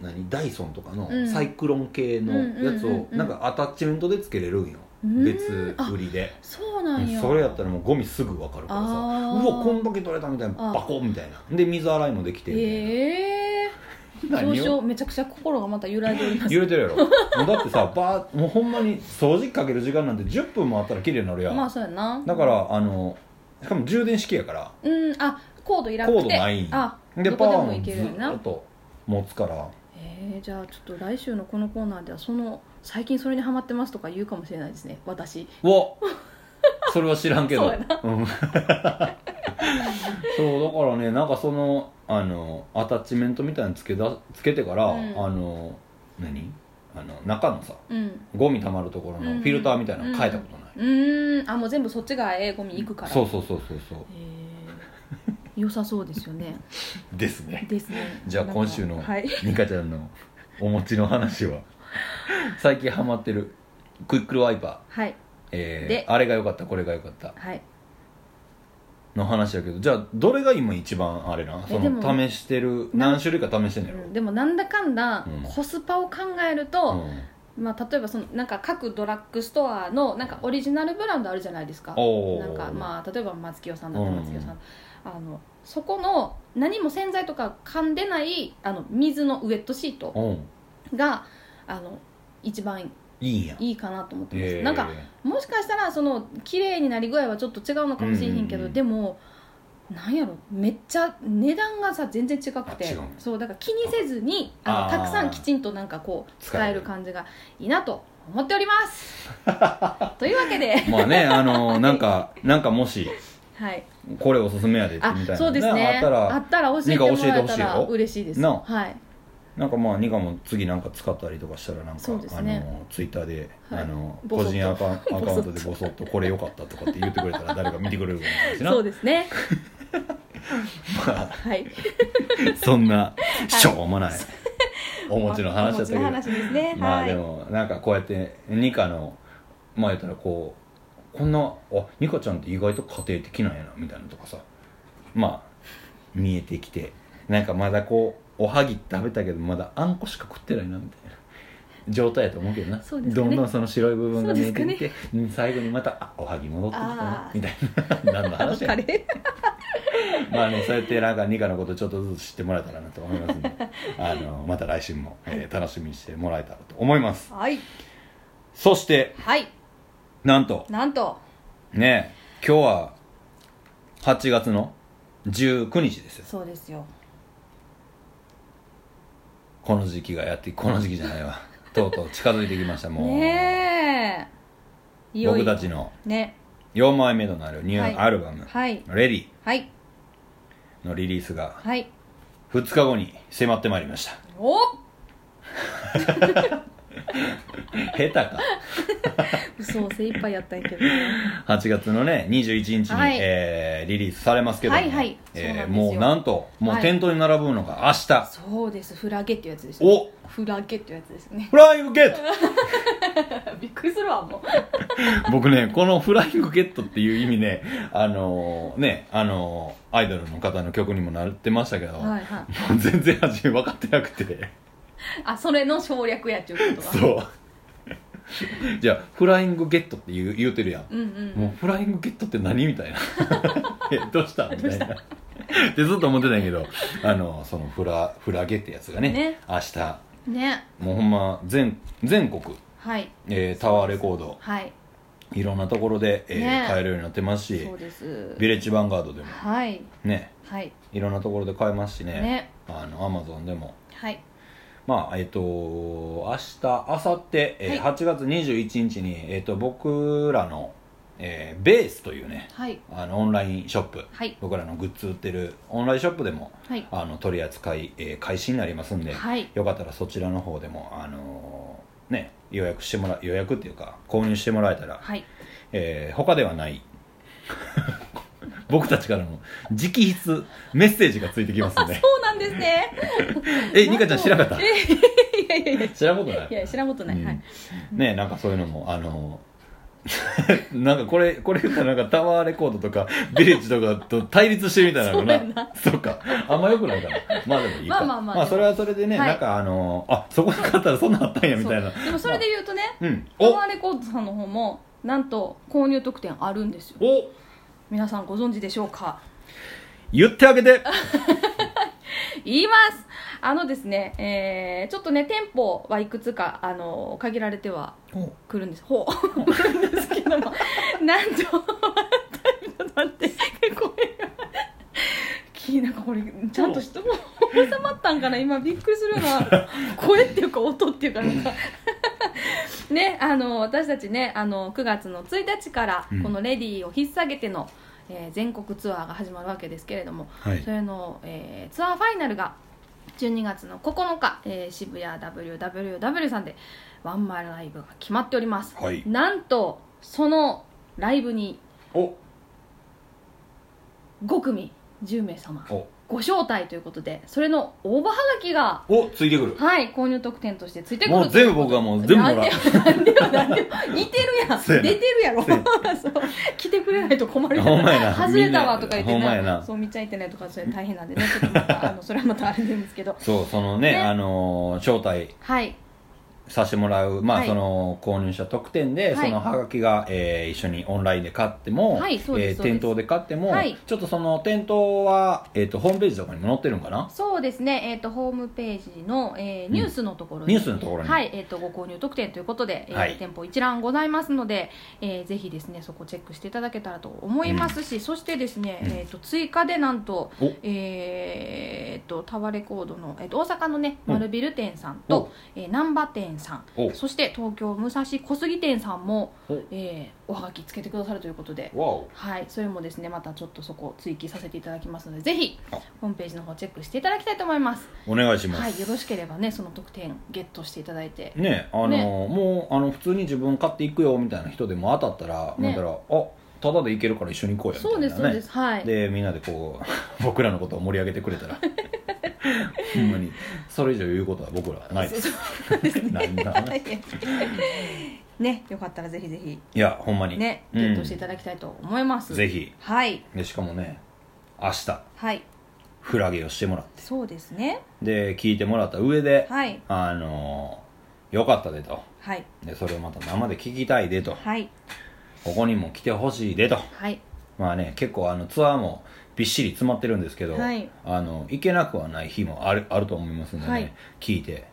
[SPEAKER 1] う何ダイソンとかの
[SPEAKER 2] うん
[SPEAKER 1] サイクロン系のやつ
[SPEAKER 2] うんうんうん
[SPEAKER 1] を
[SPEAKER 2] うん
[SPEAKER 1] なんかアタッチメントでつけれるんよ、
[SPEAKER 2] ー、
[SPEAKER 1] 別
[SPEAKER 2] うんあ
[SPEAKER 1] 売りで
[SPEAKER 2] そうなんや
[SPEAKER 1] それやったらもうゴミすぐ分かるからさう
[SPEAKER 2] あー
[SPEAKER 1] わこんだけ取れたみたいな
[SPEAKER 2] あー
[SPEAKER 1] バコンみたいなで水洗いもできてみたいな、
[SPEAKER 2] ええ
[SPEAKER 1] 何を
[SPEAKER 2] 上昇めちゃくちゃ心がまた揺らいでおります
[SPEAKER 1] 揺れてるやろもうだってさバーもうほんまに掃除機かける時間なんて10分もあったら綺麗になるやん、
[SPEAKER 2] まあそうやな
[SPEAKER 1] だからあのしかも充電式やから
[SPEAKER 2] うんあコードいらなく
[SPEAKER 1] コ
[SPEAKER 2] て
[SPEAKER 1] ードないん
[SPEAKER 2] あ
[SPEAKER 1] で
[SPEAKER 2] ど
[SPEAKER 1] パ
[SPEAKER 2] こで
[SPEAKER 1] ワ
[SPEAKER 2] も
[SPEAKER 1] ー
[SPEAKER 2] い
[SPEAKER 1] も
[SPEAKER 2] けるよ
[SPEAKER 1] ず
[SPEAKER 2] な
[SPEAKER 1] っと持つから
[SPEAKER 2] ええじゃあちょっと来週のこのコーナーではその最近それにハマってますとか言うかもしれないですね私
[SPEAKER 1] うわ それは知らんけど
[SPEAKER 2] そうや
[SPEAKER 1] うん そうだからねなんかそのあのアタッチメントみたいなのつけだつけてから、
[SPEAKER 2] うん
[SPEAKER 1] あの何あの中のさ
[SPEAKER 2] うん
[SPEAKER 1] ゴミたまるところのフィルターみたいなの変えたことない、
[SPEAKER 2] うーんあもう全部そっちがええゴミ行くから
[SPEAKER 1] そううそうそうそうそう
[SPEAKER 2] ええ良さそうですよね
[SPEAKER 1] ですね
[SPEAKER 2] ですね
[SPEAKER 1] じゃあ今週の
[SPEAKER 2] はい
[SPEAKER 1] ニカちゃんのお餅の話は最近ハマってるクイックルワイパー、
[SPEAKER 2] はい
[SPEAKER 1] え
[SPEAKER 2] で
[SPEAKER 1] ー、あれが良かったこれが良かった
[SPEAKER 2] はい
[SPEAKER 1] の話だけどじゃあどれが今一番あれな
[SPEAKER 2] え
[SPEAKER 1] そ
[SPEAKER 2] でも
[SPEAKER 1] の試してる何種類か試してんのやろ、
[SPEAKER 2] でもなんだかんだ
[SPEAKER 1] うん
[SPEAKER 2] コスパを考えると、
[SPEAKER 1] うん
[SPEAKER 2] まあ、例えばそのなんか各ドラッグストアのなんかオリジナルブランドあるじゃないですか
[SPEAKER 1] おー
[SPEAKER 2] なんか、まあ、例えば松清さんだった
[SPEAKER 1] うん
[SPEAKER 2] ら松清さん、あのそこの何も洗剤とか噛んでないあの水のウエットシート
[SPEAKER 1] うん
[SPEAKER 2] があの一番
[SPEAKER 1] いいんや
[SPEAKER 2] いいかなと思ってます、
[SPEAKER 1] えー
[SPEAKER 2] なんかもしかしたらその綺麗になり具合はちょっと違うのかもしれへん
[SPEAKER 1] うん
[SPEAKER 2] けど、
[SPEAKER 1] うんうん
[SPEAKER 2] でもなんやろめっちゃ値段がさ全然違くて
[SPEAKER 1] あ違う
[SPEAKER 2] そうだから気にせずにあの
[SPEAKER 1] あー
[SPEAKER 2] たくさんきちんとなんかこう
[SPEAKER 1] 使
[SPEAKER 2] 使
[SPEAKER 1] え
[SPEAKER 2] え
[SPEAKER 1] る
[SPEAKER 2] る感じがいいなと思っております というわけで
[SPEAKER 1] まあねあのなんかなんかもし
[SPEAKER 2] はい
[SPEAKER 1] これおすすめやでみた
[SPEAKER 2] あ
[SPEAKER 1] いな
[SPEAKER 2] そうです
[SPEAKER 1] なあ
[SPEAKER 2] ね
[SPEAKER 1] った
[SPEAKER 2] あ
[SPEAKER 1] ら
[SPEAKER 2] ったら教えてもらえたら嬉しいです
[SPEAKER 1] なあ
[SPEAKER 2] はい
[SPEAKER 1] なんかまあニカも次なんか使ったりとかしたらなんか、
[SPEAKER 2] そうです
[SPEAKER 1] あ
[SPEAKER 2] ね
[SPEAKER 1] のツイッターで、
[SPEAKER 2] はい
[SPEAKER 1] あの
[SPEAKER 2] ボ
[SPEAKER 1] 個
[SPEAKER 2] ソッと
[SPEAKER 1] 人アカアカ
[SPEAKER 2] ボ
[SPEAKER 1] ウ
[SPEAKER 2] ソッと
[SPEAKER 1] ントでボソッとこれ良かったとかって言ってくれた ら誰か見てくれるかもしれないしな
[SPEAKER 2] そうですね
[SPEAKER 1] まあ
[SPEAKER 2] はい
[SPEAKER 1] そんなしょうもないお餅の話だったけ
[SPEAKER 2] お
[SPEAKER 1] ど
[SPEAKER 2] 持ちの話ですね
[SPEAKER 1] まあ
[SPEAKER 2] はい
[SPEAKER 1] でもなんかこうやってニカのまあ言ったらこうこんなあニカちゃんって意外と家庭的なんやなみたいなのとかさまあ見えてきてなんかまだこうおはぎ食べたけどまだあんこしか食ってないなみたいな状態やと思うけどな、
[SPEAKER 2] そうですか
[SPEAKER 1] ど
[SPEAKER 2] ね
[SPEAKER 1] んどんその白い部分が見えてき
[SPEAKER 2] そう
[SPEAKER 1] て、うん最後にまたあおはぎ戻ってきたな
[SPEAKER 2] あー
[SPEAKER 1] みたいな 何の
[SPEAKER 2] あの
[SPEAKER 1] 話や
[SPEAKER 2] カ
[SPEAKER 1] ねん
[SPEAKER 2] レー
[SPEAKER 1] まああのそうやってなんかニカのことちょっとずつ知ってもらえたらなと思いますん であのまた来週も、えー楽しみにしてもらえたらと思います
[SPEAKER 2] はい
[SPEAKER 1] そして
[SPEAKER 2] はい
[SPEAKER 1] なんと
[SPEAKER 2] なんと
[SPEAKER 1] ね今日は8月の19日ですよ
[SPEAKER 2] そうですよ
[SPEAKER 1] この時期がやってこの時期じゃない わとうとう近づいてきましたもう、
[SPEAKER 2] ねえいよい
[SPEAKER 1] 僕
[SPEAKER 2] よ
[SPEAKER 1] たちの
[SPEAKER 2] ね
[SPEAKER 1] 4枚目となるニュ
[SPEAKER 2] はい
[SPEAKER 1] ーアルバム「
[SPEAKER 2] はい
[SPEAKER 1] レディ
[SPEAKER 2] はい」
[SPEAKER 1] のリリースが
[SPEAKER 2] はい
[SPEAKER 1] 2日後に迫ってまいりました
[SPEAKER 2] お
[SPEAKER 1] 下手か
[SPEAKER 2] そう精一杯やったんやけ どね
[SPEAKER 1] 8月のね21日に、
[SPEAKER 2] はい
[SPEAKER 1] えーリリースされますけども、
[SPEAKER 2] はいはいそうなん
[SPEAKER 1] えー
[SPEAKER 2] ですよ
[SPEAKER 1] もうなんともう店頭に並ぶのが明日、
[SPEAKER 2] そうですフラゲっていうやつです
[SPEAKER 1] お
[SPEAKER 2] フラゲっていうやつですね
[SPEAKER 1] フライングゲット
[SPEAKER 2] びっくりするわもう
[SPEAKER 1] 僕ねこの「フライングゲット」っていう意味ねあのーねあのーアイドルの方の曲にもなってましたけど、
[SPEAKER 2] はいはい
[SPEAKER 1] もう全然味分かってなくて
[SPEAKER 2] あそれの省略やっていうことは
[SPEAKER 1] そうじゃあ「フライングゲット」って言う言うてるやん
[SPEAKER 2] うんう
[SPEAKER 1] も
[SPEAKER 2] ん
[SPEAKER 1] うフライングゲットって何みたい なえどうしたみたいなってずっと思ってたんやけどあのそのフラフラゲってやつがね
[SPEAKER 2] ね
[SPEAKER 1] 明日
[SPEAKER 2] うんね
[SPEAKER 1] もうほんま全全国、
[SPEAKER 2] はい
[SPEAKER 1] えータワーレコード
[SPEAKER 2] はい
[SPEAKER 1] いろんなところで、えー
[SPEAKER 2] ね
[SPEAKER 1] 買えるようになってますし
[SPEAKER 2] そうです
[SPEAKER 1] ビレッジヴァンガードでも
[SPEAKER 2] はい
[SPEAKER 1] ね
[SPEAKER 2] はい
[SPEAKER 1] いろんなところで買えますしね
[SPEAKER 2] ね
[SPEAKER 1] あのアマゾンでも
[SPEAKER 2] はい
[SPEAKER 1] まあえっ、と明日明後日、えー
[SPEAKER 2] は
[SPEAKER 1] 8月21日に、えー、と僕らの、えーベースというね
[SPEAKER 2] はい
[SPEAKER 1] あのオンラインショップ
[SPEAKER 2] はい
[SPEAKER 1] 僕らのグッズ売ってるオンラインショップでも
[SPEAKER 2] はい
[SPEAKER 1] あの取り扱い、えー開始になりますんで、
[SPEAKER 2] はい
[SPEAKER 1] よかったらそちらの方でも、あのーね、予約してもら予約っていうか購入してもらえたら、
[SPEAKER 2] はい
[SPEAKER 1] えー他ではない 僕たちからの直筆メッセージがついてきますんで
[SPEAKER 2] そうなんですね
[SPEAKER 1] えニカちゃん知らなかっ
[SPEAKER 2] え
[SPEAKER 1] た
[SPEAKER 2] いやいやいやい
[SPEAKER 1] 知らんことない
[SPEAKER 2] や知らんことない、
[SPEAKER 1] うん
[SPEAKER 2] はい
[SPEAKER 1] ねなんかそういうのもあの なんかこれこれ言ったらなんかタワーレコードとかビレッジとかと対立してるみたいなの かなそうかあんまよくないかなまあでもいいか
[SPEAKER 2] まあまあまあ
[SPEAKER 1] それはそれでね、
[SPEAKER 2] はい
[SPEAKER 1] なんかあのあそこに買ったらそんなんあったんやみたいな
[SPEAKER 2] そうでもそれで言うとね
[SPEAKER 1] うん
[SPEAKER 2] パ
[SPEAKER 1] お
[SPEAKER 2] ワーレコードさんの方もなんと購入特典あるんですよ
[SPEAKER 1] お
[SPEAKER 2] 皆さんご存知でしょうか
[SPEAKER 1] 言ってあげて
[SPEAKER 2] 言いますあのですね、えーちょっとね店舗はいくつかあの限られては
[SPEAKER 1] お
[SPEAKER 2] 来るんですほう来るんですけどもなんとちょっと待ってこれがきなんかこれちゃんと人も収まったんかな今びっくりするな声っていうか音っていうかなんかねあの私たちねあの9月の1日から
[SPEAKER 1] うん
[SPEAKER 2] この「レディー」を引っ提げての、えー全国ツアーが始まるわけですけれども
[SPEAKER 1] はい
[SPEAKER 2] それの、えーツアーファイナルが12月の9日、えー渋谷 WWW さんでワンマンライブが決まっております
[SPEAKER 1] はい
[SPEAKER 2] なんとそのライブに
[SPEAKER 1] お
[SPEAKER 2] 5組10名様
[SPEAKER 1] お
[SPEAKER 2] ご招待ということでそれの応募はがきが
[SPEAKER 1] おついてくる
[SPEAKER 2] はい購入特典としてついてくる
[SPEAKER 1] もう全部僕はもう全部もらう
[SPEAKER 2] なんでもなんでも似てるやん
[SPEAKER 1] そうやな
[SPEAKER 2] 出てるやろ
[SPEAKER 1] そうや
[SPEAKER 2] そう来てくれないと困るやん
[SPEAKER 1] ほんまやな
[SPEAKER 2] 外れたわとか言っ
[SPEAKER 1] み
[SPEAKER 2] て
[SPEAKER 1] んなほんまや
[SPEAKER 2] な
[SPEAKER 1] な
[SPEAKER 2] そう見ちゃいてないとかそれ大変なんでねちょっとまたあのそれはまたあれなんですけど
[SPEAKER 1] そうそのね
[SPEAKER 2] ね
[SPEAKER 1] あのー招待
[SPEAKER 2] はい
[SPEAKER 1] させてもらう、まあ
[SPEAKER 2] はい
[SPEAKER 1] その購入者特典で、
[SPEAKER 2] は
[SPEAKER 1] そ
[SPEAKER 2] い
[SPEAKER 1] のハガキが、えー一緒にオンラインで買っても、
[SPEAKER 2] はいそう
[SPEAKER 1] え
[SPEAKER 2] です
[SPEAKER 1] ー
[SPEAKER 2] そうです
[SPEAKER 1] 店頭で買っても、
[SPEAKER 2] はい
[SPEAKER 1] ちょっとその店頭は、えー、とホームページとかにも載ってるんかな
[SPEAKER 2] そうですね、えー、とホームページの、えーニュースのところ
[SPEAKER 1] ニュースのところに、
[SPEAKER 2] はいえー、とご購入特典ということで、えー
[SPEAKER 1] はい
[SPEAKER 2] 店舗一覧ございますので、えーぜひですねそこチェックしていただけたらと思いますし、そしてですね、
[SPEAKER 1] うん
[SPEAKER 2] えー、と追加でなんと,、
[SPEAKER 1] お
[SPEAKER 2] えー、とタワーレコードの、えー、と大阪のね
[SPEAKER 1] うん
[SPEAKER 2] 丸ビル店さんと、えー難波店さん
[SPEAKER 1] お
[SPEAKER 2] そして東京武蔵小杉店さんも
[SPEAKER 1] お、
[SPEAKER 2] えーおはがきつけてくださるということで
[SPEAKER 1] わお
[SPEAKER 2] はい、それもですねまたちょっとそこ追記させていただきますのでぜひ
[SPEAKER 1] あ
[SPEAKER 2] ホームページの方チェックしていただきたいと思います
[SPEAKER 1] お願いします、
[SPEAKER 2] はいよろしければねその特典ゲットしていただいて
[SPEAKER 1] ねあのー
[SPEAKER 2] ね
[SPEAKER 1] もうあの普通に自分買っていくよみたいな人でも当たったら、
[SPEAKER 2] ね
[SPEAKER 1] なんだろうあただでいけるから一緒に行こうよみたい
[SPEAKER 2] そ
[SPEAKER 1] な、
[SPEAKER 2] う
[SPEAKER 1] ね、
[SPEAKER 2] ですそうですはい
[SPEAKER 1] でみんなでこう 僕らのことを盛り上げてくれた らほんまにそれ以上言うことは僕らはないです
[SPEAKER 2] そうそうです ね
[SPEAKER 1] ないな
[SPEAKER 2] はい ねよかったらぜひぜひ
[SPEAKER 1] いやほんまに、
[SPEAKER 2] ね
[SPEAKER 1] う
[SPEAKER 2] ゲ
[SPEAKER 1] ん
[SPEAKER 2] ットしていただきたいと思います、
[SPEAKER 1] ぜひ
[SPEAKER 2] はい
[SPEAKER 1] でしかもね明日
[SPEAKER 2] はい
[SPEAKER 1] フラゲをしてもらっ
[SPEAKER 2] そうですね
[SPEAKER 1] てで聞いてもらった上で、
[SPEAKER 2] はい
[SPEAKER 1] あのーよかったでと
[SPEAKER 2] はい
[SPEAKER 1] でそれをまた生で聞きたいでと
[SPEAKER 2] はい
[SPEAKER 1] ここにも来てほしいでと
[SPEAKER 2] はい
[SPEAKER 1] まあね結構あのツアーもびっしり詰まってるんですけど、
[SPEAKER 2] はい
[SPEAKER 1] あの行けなくはない日もあるあると思いますんでね、
[SPEAKER 2] はい
[SPEAKER 1] 聞いて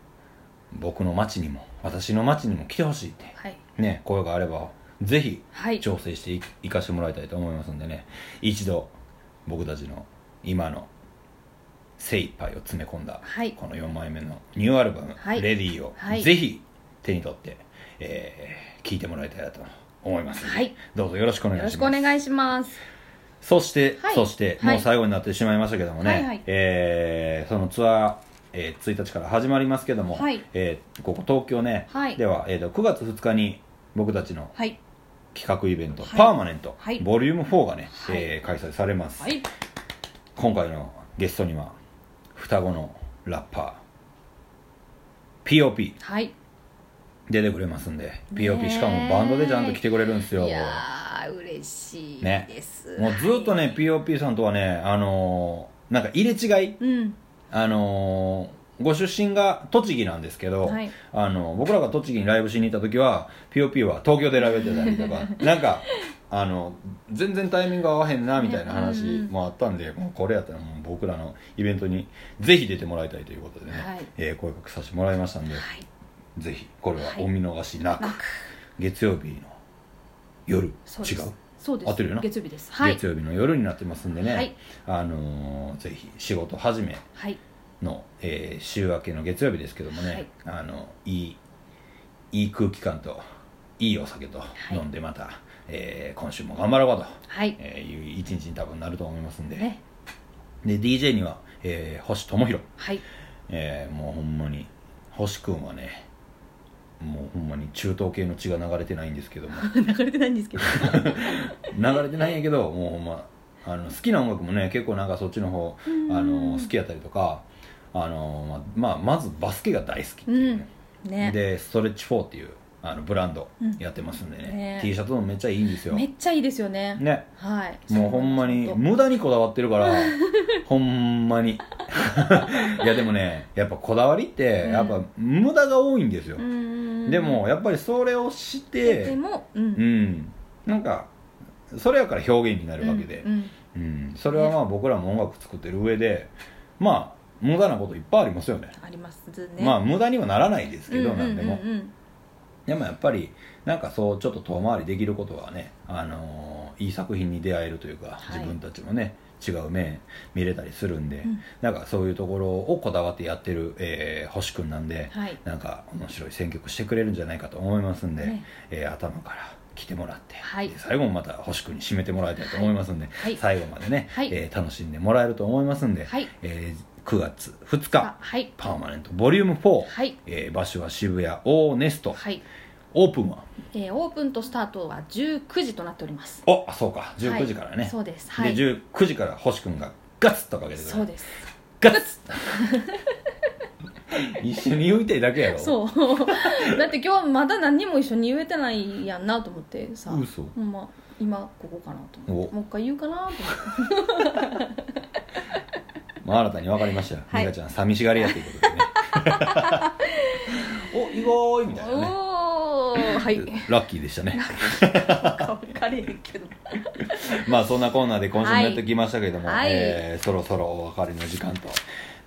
[SPEAKER 1] 僕の町にも私の町にも来てほしいって
[SPEAKER 2] はい
[SPEAKER 1] ね声があればぜひ
[SPEAKER 2] はい
[SPEAKER 1] 調整していいかしてもらいたいと思いますんでね一度僕たちの今の精一杯を詰め込んだ、
[SPEAKER 2] はい
[SPEAKER 1] この4枚目のニューアルバム「
[SPEAKER 2] はい
[SPEAKER 1] レディーを
[SPEAKER 2] はい
[SPEAKER 1] ぜひ手に取って、えー聞いてもらいたいなと思いますので、
[SPEAKER 2] はい
[SPEAKER 1] どうぞよろしくお願い
[SPEAKER 2] よ
[SPEAKER 1] し
[SPEAKER 2] ろ
[SPEAKER 1] ま
[SPEAKER 2] し
[SPEAKER 1] す
[SPEAKER 2] くお願いします
[SPEAKER 1] そして、
[SPEAKER 2] はい
[SPEAKER 1] そして、
[SPEAKER 2] はい
[SPEAKER 1] もう最後になってしまいましたけどもね、
[SPEAKER 2] はいはい
[SPEAKER 1] えーそのツアー、えー1日から始まりますけども、
[SPEAKER 2] はい
[SPEAKER 1] えーここ東京ね、
[SPEAKER 2] はい
[SPEAKER 1] では、えーと9月2日に僕たちの
[SPEAKER 2] はい
[SPEAKER 1] 企画イベント、
[SPEAKER 2] はい
[SPEAKER 1] パーマネント、
[SPEAKER 2] はい
[SPEAKER 1] ボリューム4がね、
[SPEAKER 2] はい
[SPEAKER 1] えー開催されます、
[SPEAKER 2] はい
[SPEAKER 1] 今回のゲストには双子のラッパー POP
[SPEAKER 2] はい
[SPEAKER 1] 出てくれますんで、
[SPEAKER 2] え
[SPEAKER 1] POP しかもバンドでちゃんと来てくれるんですよ
[SPEAKER 2] いやー嬉しい
[SPEAKER 1] ね
[SPEAKER 2] です、
[SPEAKER 1] もうずっとね、
[SPEAKER 2] はい
[SPEAKER 1] POP さんとはねあのーなんか入れ違い
[SPEAKER 2] うん
[SPEAKER 1] あのーご出身が栃木なんですけど、
[SPEAKER 2] はい
[SPEAKER 1] あの僕らが栃木にライブしに行った時は POP は東京でライブやってたりと かなんかあの全然タイミング合わへんなみたいな話もあったんで、もうこれやったらもう僕らのイベントにぜひ出てもらいたいということでね、
[SPEAKER 2] はい
[SPEAKER 1] えー声かけさせてもらいましたんで、
[SPEAKER 2] はい
[SPEAKER 1] ぜひこれはお見逃しなく、月曜日の夜違
[SPEAKER 2] そうです
[SPEAKER 1] う
[SPEAKER 2] そうです
[SPEAKER 1] 合ってるよな
[SPEAKER 2] 月曜日ですはい
[SPEAKER 1] 月曜日の夜になってますんでね、
[SPEAKER 2] はい
[SPEAKER 1] あのーぜひ仕事始め
[SPEAKER 2] はい
[SPEAKER 1] の、えー週明けの月曜日ですけどもね、い、あのいいいい空気感といいお酒と
[SPEAKER 2] い
[SPEAKER 1] 飲んでまた、えー今週も頑張ろうかと、
[SPEAKER 2] はい
[SPEAKER 1] えーいう一日に多分なると思いますんで,、
[SPEAKER 2] ね
[SPEAKER 1] で DJ には、えー星智弘、
[SPEAKER 2] はい
[SPEAKER 1] えーもうほんまに星くんはねもうほんまに中東系の血が流れてないんですけ ども
[SPEAKER 2] 流れてないんですけど
[SPEAKER 1] 流れてないんやけどもうほんまあの好きな音楽もね結構なんかそっちの方あの好きやったりとかあの、まあ、まあまずバスケが大好きっていうね、
[SPEAKER 2] ね
[SPEAKER 1] でストレッチ4っていうあのブランド
[SPEAKER 2] うん
[SPEAKER 1] やってますんでね,、
[SPEAKER 2] ね
[SPEAKER 1] T シャツもめっちゃいいんですよ
[SPEAKER 2] めっちゃいいですよね
[SPEAKER 1] ね
[SPEAKER 2] はい
[SPEAKER 1] もうほんまに
[SPEAKER 2] そう
[SPEAKER 1] 無駄にこだわってるから ほんまに いやでもねやっぱこだわりって
[SPEAKER 2] うん
[SPEAKER 1] やっぱ無駄が多いんですよ、
[SPEAKER 2] うんうんうん
[SPEAKER 1] でもやっぱりそれをし
[SPEAKER 2] で
[SPEAKER 1] て
[SPEAKER 2] もうん
[SPEAKER 1] うんなんかそれやから表現になるわけで
[SPEAKER 2] う、ん
[SPEAKER 1] うん、それはまあ僕らも音楽作ってる上でまあ無駄なこといっぱいありますよね
[SPEAKER 2] ありますね
[SPEAKER 1] まあ
[SPEAKER 2] あ
[SPEAKER 1] 無駄にはならないですけど、なんでも
[SPEAKER 2] うん
[SPEAKER 1] でもやっぱりなんかそうちょっと遠回りできることはね、あのーいい作品に出会えるというか、
[SPEAKER 2] は
[SPEAKER 1] 自
[SPEAKER 2] い
[SPEAKER 1] 分たちもね違う面見れたりするんで、
[SPEAKER 2] うん
[SPEAKER 1] なんかそういうところをこだわってやってる、えー星くんなんで、
[SPEAKER 2] はい
[SPEAKER 1] なんか面白い選曲してくれるんじゃないかと思いますんで、
[SPEAKER 2] ね
[SPEAKER 1] えー頭から来てもらって、
[SPEAKER 2] はい
[SPEAKER 1] で最後もまた星君に締めてもらいたいと思いますんで、
[SPEAKER 2] はい
[SPEAKER 1] 最後までね、
[SPEAKER 2] はい
[SPEAKER 1] えー楽しんでもらえると思いますんで、
[SPEAKER 2] はい
[SPEAKER 1] えー9月2日、
[SPEAKER 2] あはい
[SPEAKER 1] パーマネントボリューム4、
[SPEAKER 2] はい
[SPEAKER 1] えー場所は渋谷オーネスト、
[SPEAKER 2] はい
[SPEAKER 1] オープンは
[SPEAKER 2] えーオープンとスタートは19時となっております
[SPEAKER 1] おあそうか19時からね、
[SPEAKER 2] そうですはい
[SPEAKER 1] で19時から星君がガッツとかけてくれる
[SPEAKER 2] そうです
[SPEAKER 1] ガッツ 一緒に言いたいだけやろ
[SPEAKER 2] そう だって今日まだ何も一緒に言えてないやんなと思ってさほ
[SPEAKER 1] 嘘
[SPEAKER 2] んま今ここかなと思って
[SPEAKER 1] お
[SPEAKER 2] もう一回言うかなと思って
[SPEAKER 1] まあ、新たに分かりましたよ、
[SPEAKER 2] はい
[SPEAKER 1] 美香ちゃん寂しがり屋という ことでねお意外みたいなね
[SPEAKER 2] おおーはい
[SPEAKER 1] ラッキーでした ね
[SPEAKER 2] わかれへんけど
[SPEAKER 1] まあそんなコーナーで今週もやってきましたけれども、
[SPEAKER 2] はい
[SPEAKER 1] えーそろそろお別れの時間と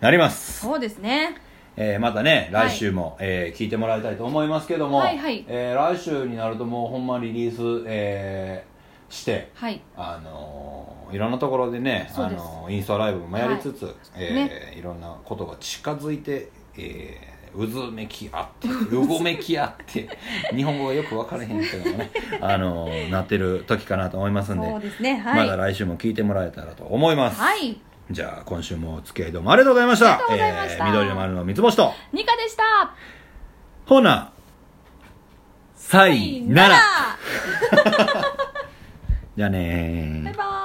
[SPEAKER 1] なります、
[SPEAKER 2] そうですね
[SPEAKER 1] えーまたね
[SPEAKER 2] はい
[SPEAKER 1] 来週も、えー聞いてもらいたいと思いますけども、
[SPEAKER 2] はいはい
[SPEAKER 1] えー来週になるともうほんまリリース、えーして
[SPEAKER 2] はい
[SPEAKER 1] あのーいろんなところでね
[SPEAKER 2] そう
[SPEAKER 1] あ
[SPEAKER 2] です
[SPEAKER 1] のーインスタライブもやりつつ、いえー
[SPEAKER 2] ね
[SPEAKER 1] いろんなことが近づいて、えー、渦めきあ ってうごめきあって日本語がよく分からへんけども ね、あのーなってる時かなと思いますんで、
[SPEAKER 2] そうですね
[SPEAKER 1] ま
[SPEAKER 2] は
[SPEAKER 1] だ
[SPEAKER 2] い
[SPEAKER 1] 来週も聞いてもらえたらと思います、
[SPEAKER 2] はい
[SPEAKER 1] じゃあ今週もお付き合いどうもありがとうございました
[SPEAKER 2] ありがとうございました
[SPEAKER 1] えー緑の丸の三つ星と
[SPEAKER 2] ニカでした
[SPEAKER 1] ほなさいなら
[SPEAKER 2] さい
[SPEAKER 1] じゃあねー
[SPEAKER 2] バイバイ